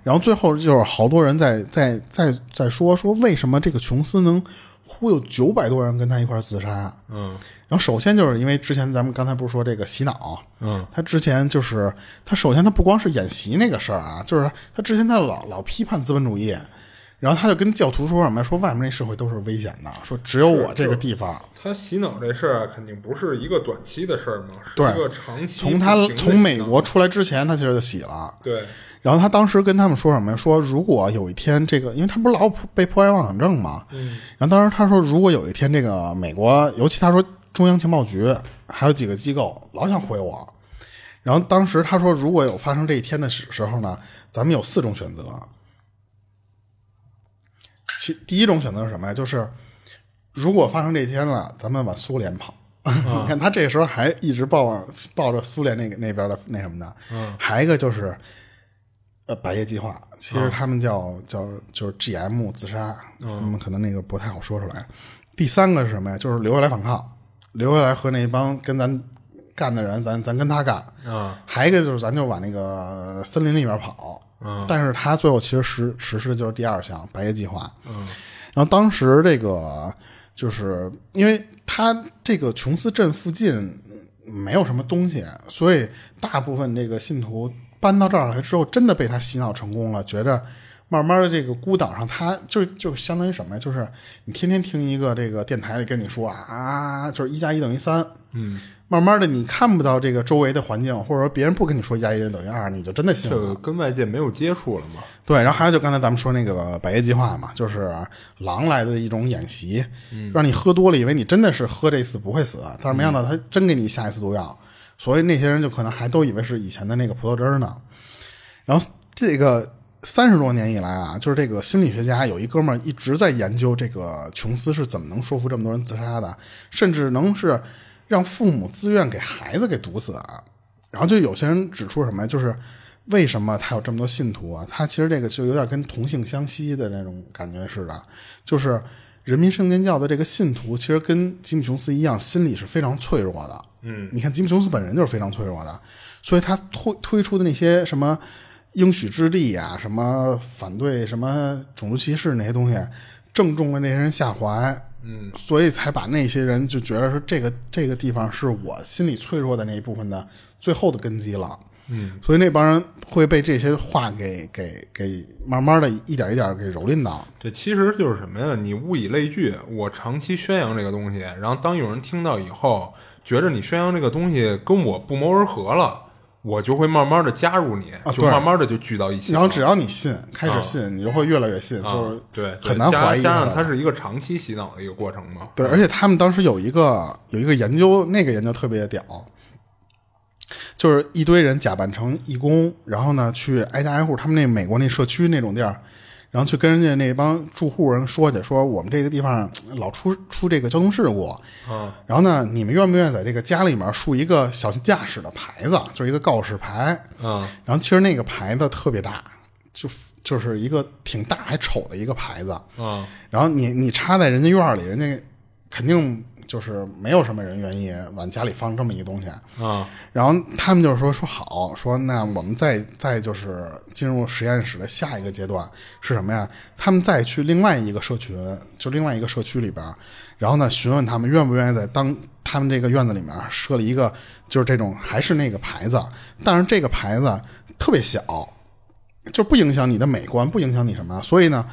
B: 然后最后就是好多人在在在在说说为什么这个琼斯能忽悠九百多人跟他一块儿自杀，
C: 嗯
B: 然后首先就是因为之前咱们刚才不是说这个洗脑，
C: 嗯，
B: 他之前就是他首先他不光是演习那个事儿啊，就是他之前他老老批判资本主义，然后他就跟教徒说什么说外面那社会都是危险的，说只有我这个地方。
C: 他洗脑这事儿啊肯定不是一个短期的事儿嘛，是
B: 对
C: 一个长期
B: 从他
C: 不停地
B: 从
C: 洗
B: 美
C: 脑
B: 国出来之前，他其实就洗了。
C: 对，
B: 然后他当时跟他们说什么呀？说如果有一天这个，因为他不是老有被迫害妄想症嘛，
C: 嗯
B: 然后当时他说，如果有一天这个美国，尤其他说中央情报局还有几个机构老想回我。然后当时他说，如果有发生这一天的时时候呢，咱们有四种选择。其第一种选择是什么呀？就是如果发生这一天了，咱们往苏联跑。你看他这时候还一直抱往抱着苏联那个那边的那什么的。还一个就是呃百叶计划，其实他们叫、叫就是 GM 自杀，他们可能那个不太好说出来。第三个是什么呀？就是留下来反抗，留下来和那帮跟咱干的人，咱咱跟他干。
C: 啊，
B: 还一个就是咱就往那个森林里面跑。
C: 嗯
B: 但是他最后其实实实施的就是第二项白夜计划。嗯，然后当时这个就是因为他这个琼斯镇附近没有什么东西，所以大部分这个信徒搬到这儿来之后，真的被他洗脑成功了，觉着。慢慢的，这个孤岛上，他就就相当于什么呀？就是你天天听一个这个电台里跟你说啊啊，就是一加一等于三，
C: 嗯，
B: 慢慢的，你看不到这个周围的环境，或者说别人不跟你说一加一等于二，你就真的信
C: 就
B: 了。
C: 跟外界没有接触了嘛。
B: 对，然后还有就刚才咱们说那个百叶计划嘛，就是狼来的一种演习，让你喝多了，以为你真的是喝这次不会死，但是没想到他真给你下一次毒药，所以那些人就可能还都以为是以前的那个葡萄汁儿呢。然后这个三十多年以来啊，就是这个心理学家有一哥们儿一直在研究这个琼斯是怎么能说服这么多人自杀的，甚至能是让父母自愿给孩子给毒死啊。然后就有些人指出什么呀，就是为什么他有这么多信徒啊？他其实这个就有点跟同性相吸的那种感觉似的，就是人民圣殿教的这个信徒，其实跟吉姆琼斯一样，心理是非常脆弱的。嗯，你看吉姆琼斯本人就是非常脆弱的，所以他推推出的那些什么应许之地啊，什么反对什么种族歧视那些东西，正中了那些人下怀。嗯，所以才把那些人就觉得说这个这个地方是我心理脆弱的那一部分的最后的根基了。所以那帮人会被这些话给给给慢慢的一点一点给蹂躏到。
C: 这其实就是什么呀？你物以类聚，我长期宣扬这个东西，然后当有人听到以后，觉着你宣扬这个东西跟我不谋而合了，我就会慢慢的加入你，就
B: 啊对
C: 慢慢的就聚到一起了。
B: 然后只要你信，开始信，你就会越来越信，
C: 啊
B: 就是
C: 对对
B: 很难
C: 加
B: 怀疑
C: 加上
B: 的
C: 它是一个长期洗脑的一个过程嘛。
B: 对，而且他们当时有一个有一个研究，那个研究特别屌，就是一堆人假扮成义工，然后呢去挨家挨户，他们那美国那社区那种地儿，然后去跟人家那帮住户人说去，说我们这个地方呃老出出这个交通事故，
C: 嗯，
B: 然后呢，你们愿不愿意在这个家里面竖一个小心驾驶的牌子，就是一个告示牌，
C: 嗯，
B: 然后其实那个牌子特别大，就就是一个挺大还丑的一个牌子，
C: 嗯，
B: 然后你你插在人家院儿里，人家肯定就是没有什么人愿意往家里放这么一个东西。啊
C: 嗯，
B: 然后他们就说说好，说那我们再再就是进入实验室的下一个阶段是什么呀？他们再去另外一个社群，就另外一个社区里边儿，然后呢询问他们愿不愿意在当他们这个院子里面设立一个就是这种还是那个牌子，但是这个牌子特别小，就不影响你的美观，不影响你什么。所以呢，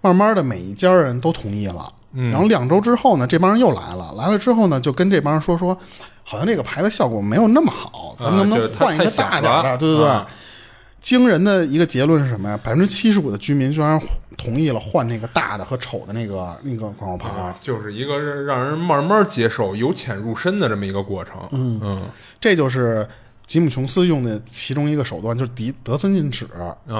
B: 慢慢的每一家人都同意了。
C: 嗯
B: 然后两周之后呢，这帮人又来了，来了之后呢，就跟这帮人说说，好像这个牌的效果没有那么好，咱们能不
C: 啊就
B: 能
C: 是它
B: 换一个
C: 太小
B: 大点儿的？
C: 了
B: 对对对。
C: 啊
B: 惊人的一个结论是什么呀？百分之七十五的居民居然同意了换那个大的和丑的那个那个广告牌儿。
C: 啊就是一个让让人慢慢接受、由浅入深的这么一个过程。嗯
B: 这就是吉姆琼斯用的其中一个手段，就是得得寸进尺。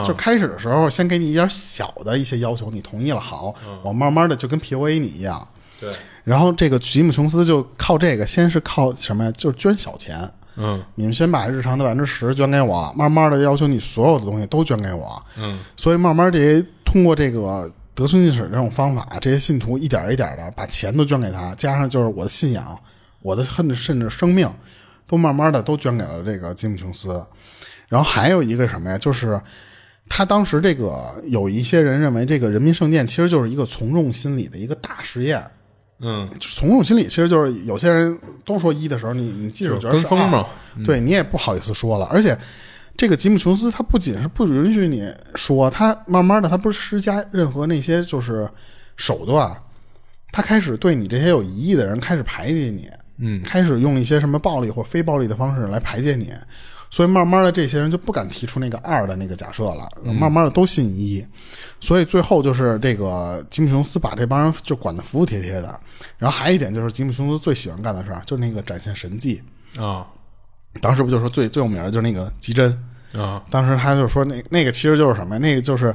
B: 就开始的时候，先给你一点小的一些要求，你同意了好，我慢慢的就跟 PUA 你一样。
C: 对，
B: 然后这个吉姆琼斯就靠这个，先是靠什么呀？就是捐小钱。
C: 嗯
B: 你们先把日常的百分之十捐给我，慢慢的要求你所有的东西都捐给我。
C: 嗯，
B: 所以慢慢这些通过这个得寸进尺这种方法，这些信徒一点一点的把钱都捐给他，加上就是我的信仰，我的甚至甚至生命，都慢慢的都捐给了这个吉姆琼斯。然后还有一个什么呀，就是他当时这个有一些人认为这个人民圣殿其实就是一个从众心理的一个大实验。
C: 嗯，
B: 从众心理其实就是有些人都说一的时候，你你即使觉得
C: 跟
B: 是啊
C: 风
B: 二
C: 嘛。
B: 对你也不好意思说了。而且这个吉姆琼斯他不仅是不允许你说，他慢慢的他不是施加任何那些就是手段，他开始对你这些有疑义的人开始排挤你，
C: 嗯，
B: 开始用一些什么暴力或非暴力的方式来排解你。所以慢慢的这些人就不敢提出那个二的那个假设了，慢慢的都信一，所以最后就是这个吉姆琼斯把这帮人就管得服服帖帖的。然后还有一点就是吉姆琼斯最喜欢干的事儿，就是那个展现神迹。
C: 啊
B: 当时不就说最最有名儿的就是那个吉针，
C: 啊
B: 当时他就说那那个其实就是什么呀？那个就是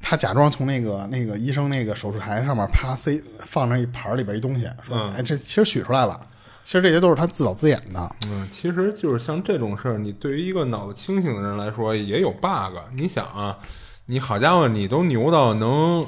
B: 他假装从那个那个医生那个手术台上面啪塞放上一盘儿里边一东西，说、
C: 嗯
B: 哎这其实取出来了。其实这些都是他自导自演的，
C: 嗯，其实就是像这种事儿，你对于一个脑子清醒的人来说也有 bug。你想啊，你好家伙，你都牛到能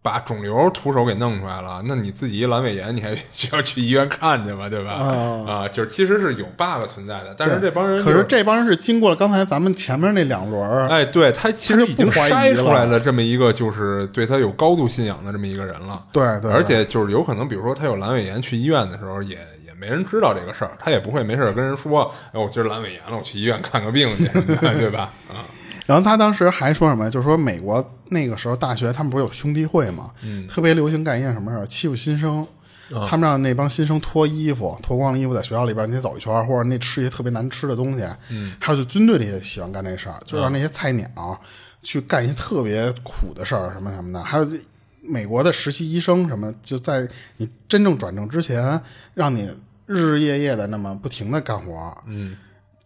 C: 把肿瘤徒手给弄出来了，那你自己一阑尾炎，你还需要去医院看去吗？对吧？
B: 啊
C: 啊，就是其实是有 bug 存在的，但是这帮人、
B: 可是。这帮人是经过了刚才咱们前面那两轮儿，
C: 哎，对他其
B: 他
C: 实
B: 就
C: 已
B: 不
C: 经
B: 怀疑
C: 筛出来
B: 了
C: 了这么一个，就是对他有高度信仰的这么一个人了。
B: 对对对
C: 而且就是有可能，比如说他有阑尾炎，去医院的时候也也没人知道这个事儿，他也不会没事儿跟人说，哎，我今儿阑尾炎了，我去医院看个病去， 什么的对吧？ 啊，
B: 然后他当时还说什么呀？就是说美国那个时候大学他们不是有兄弟会嘛，特别流行干一件什么事儿，欺负新生。他们让那帮新生脱衣服，脱光了衣服在学校里边儿你得走一圈儿，或者那吃一些特别难吃的东西。嗯，还有就军队里也喜欢干这事儿，就让那些菜鸟去干一些特别苦的事儿，什么什么的。还有美国的实习医生什么，就在你真正转正之前，让你日日夜夜的那么不停的干活。嗯，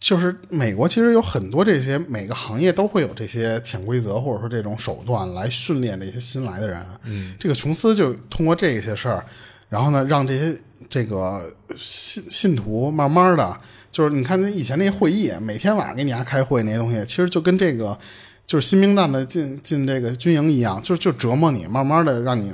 B: 就是美国其实有很多这些每个行业都会有这些潜规则或者说这种手段来训练这些新来的人。嗯，这个琼斯就通过这些事儿，然后呢，让这些这个信信徒慢慢的，就是你看那以前那些会议，每天晚上给你家开会那些东西，其实就跟这个就是新兵蛋子进进这个军营一样，就就折磨你，慢慢的让你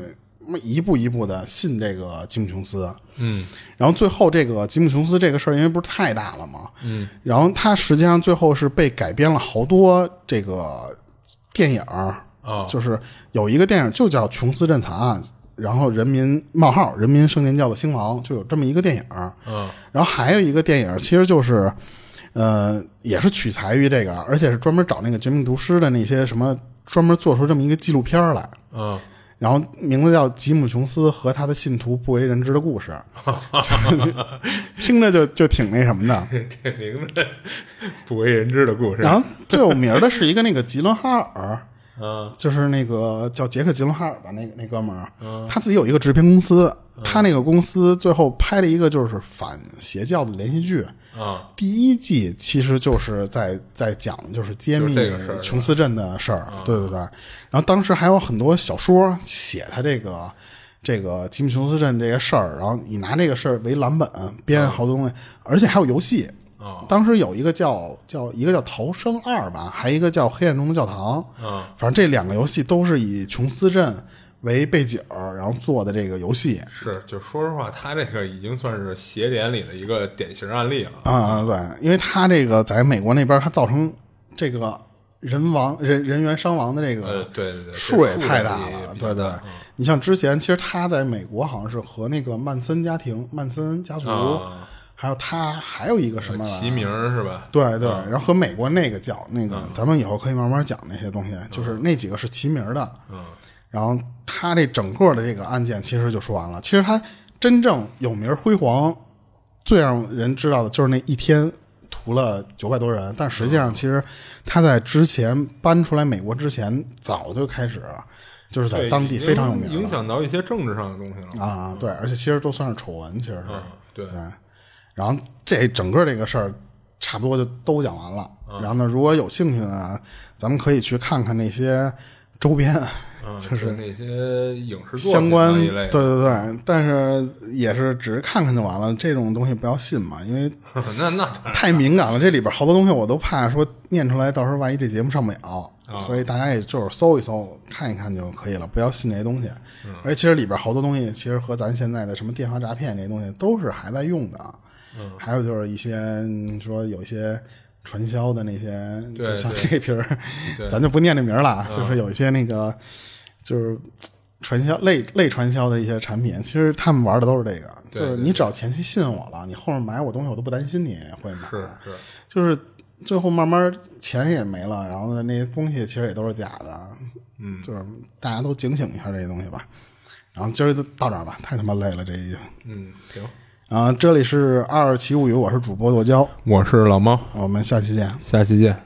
B: 一步一步的信这个吉姆琼斯。啊
C: 嗯，
B: 然后最后这个吉姆琼斯这个事儿，因为不是太大了嘛，嗯，然后他实际上最后是被改编了好多这个电影啊、
C: 哦
B: 就是有一个电影就叫《琼斯镇惨案》，然后人民冒号人民圣殿教的兴亡就有这么一个电影，
C: 嗯，
B: 然后还有一个电影其实就是。呃，也是取材于这个，而且是专门找那个绝命毒师的那些什么，专门做出这么一个纪录片儿来。
C: 嗯，
B: 然后名字叫《吉姆·琼斯和他的信徒不为人知的故事》，听着就就挺那什么的。
C: 这名字不为人知的故事
B: 然。后最有名儿的是一个那个吉伦哈尔，
C: 嗯
B: 就是那个叫杰克·吉伦哈尔吧，那个那哥们儿，他自己有一个制片公司，他那个公司最后拍了一个就是反邪教的连续剧，
C: 啊
B: 第一季其实就是在在讲就是揭秘
C: 就是这个事儿是吧
B: 琼斯镇的事儿，对对对。然后当时还有很多小说写他这个这个吉姆琼斯镇这个事儿，然后以拿这个事儿为蓝本编好多东西，而且还有游戏。
C: 啊
B: 当时有一个叫叫一个叫《逃生二》吧，还有一个叫《黑暗中的教堂》。
C: 啊，
B: 反正这两个游戏都是以琼斯镇为背景儿，然后做的这个游戏。
C: 是，就说实话，他这个已经算是邪典里的一个典型案例了。
B: 啊、对，因为他这个在美国那边，他造成这个人亡人人员伤亡的这
C: 呃
B: 个，
C: 对对对，
B: 数也
C: 这
B: 太大
C: 也
B: 了，
C: 比较嗯
B: 对对
C: 大。
B: 你像之前，其实他在美国好像是和那个曼森家庭、曼森家族，
C: 啊呃
B: 还有他还有一个什么来着
C: 齐名儿是吧？
B: 对对，
C: 嗯
B: 然后和美国那个叫那个，咱们以后可以慢慢讲那些东西，就是那几个是齐名的。
C: 嗯，
B: 然后他这整个的这个案件其实就说完了。其实他真正有名儿辉煌，最让人知道的就是那一天屠了九百多人，但实
C: 嗯
B: 际上其实他在之前搬出来美国之前，早就开始就是在
C: 对
B: 当地
C: 已经
B: 非常有名
C: 影
B: 了
C: 响到一些政治上的东西了。
B: 啊，对，而且其实都算是丑闻，其实是。
C: 嗯，对，
B: 对，然后这整个这个事儿差不多就都讲完了。
C: 嗯
B: 然后呢，如果有兴趣呢，咱们可以去看看那些周边，
C: 嗯，
B: 就
C: 就是
B: 是
C: 那些影视作品
B: 相关
C: 那一
B: 对
C: 类的。
B: 对对，但是也是只是看看就完了，这种东西不要信嘛，因为
C: 那那当 然，
B: 太敏感了，这里边好多东西我都怕说念出来，到时候万一这节目上不了，
C: 啊
B: 所以大家也就是搜一搜看一看就可以了，不要信这些东西。
C: 嗯
B: 而且其实里边好多东西其实和咱现在的什么电话诈骗这些东西都是还在用的，还有就是一些嗯说有一些。传销的那些，
C: 对
B: 就像
C: 对
B: 这瓶儿
C: 对，嗯
B: 咱就不念这名儿了啊，就是有一些那个，就是传销类类传销的一些产品，其实他们玩的都是这个，
C: 对
B: 就是
C: 对
B: 你只要前期信我了，你后面买我东西我都不担心你会买，
C: 是是，
B: 就是最后慢慢钱也没了，然后呢那些东西其实也都是假的，嗯，就是大家都警醒一下这些东西吧。然后今儿就到这儿吧，太他妈累了这一
C: 嗯，行，啊、这里是二七物语，我是主播剁椒，
B: 我是老猫，
C: 我们下期见。
B: 下期见。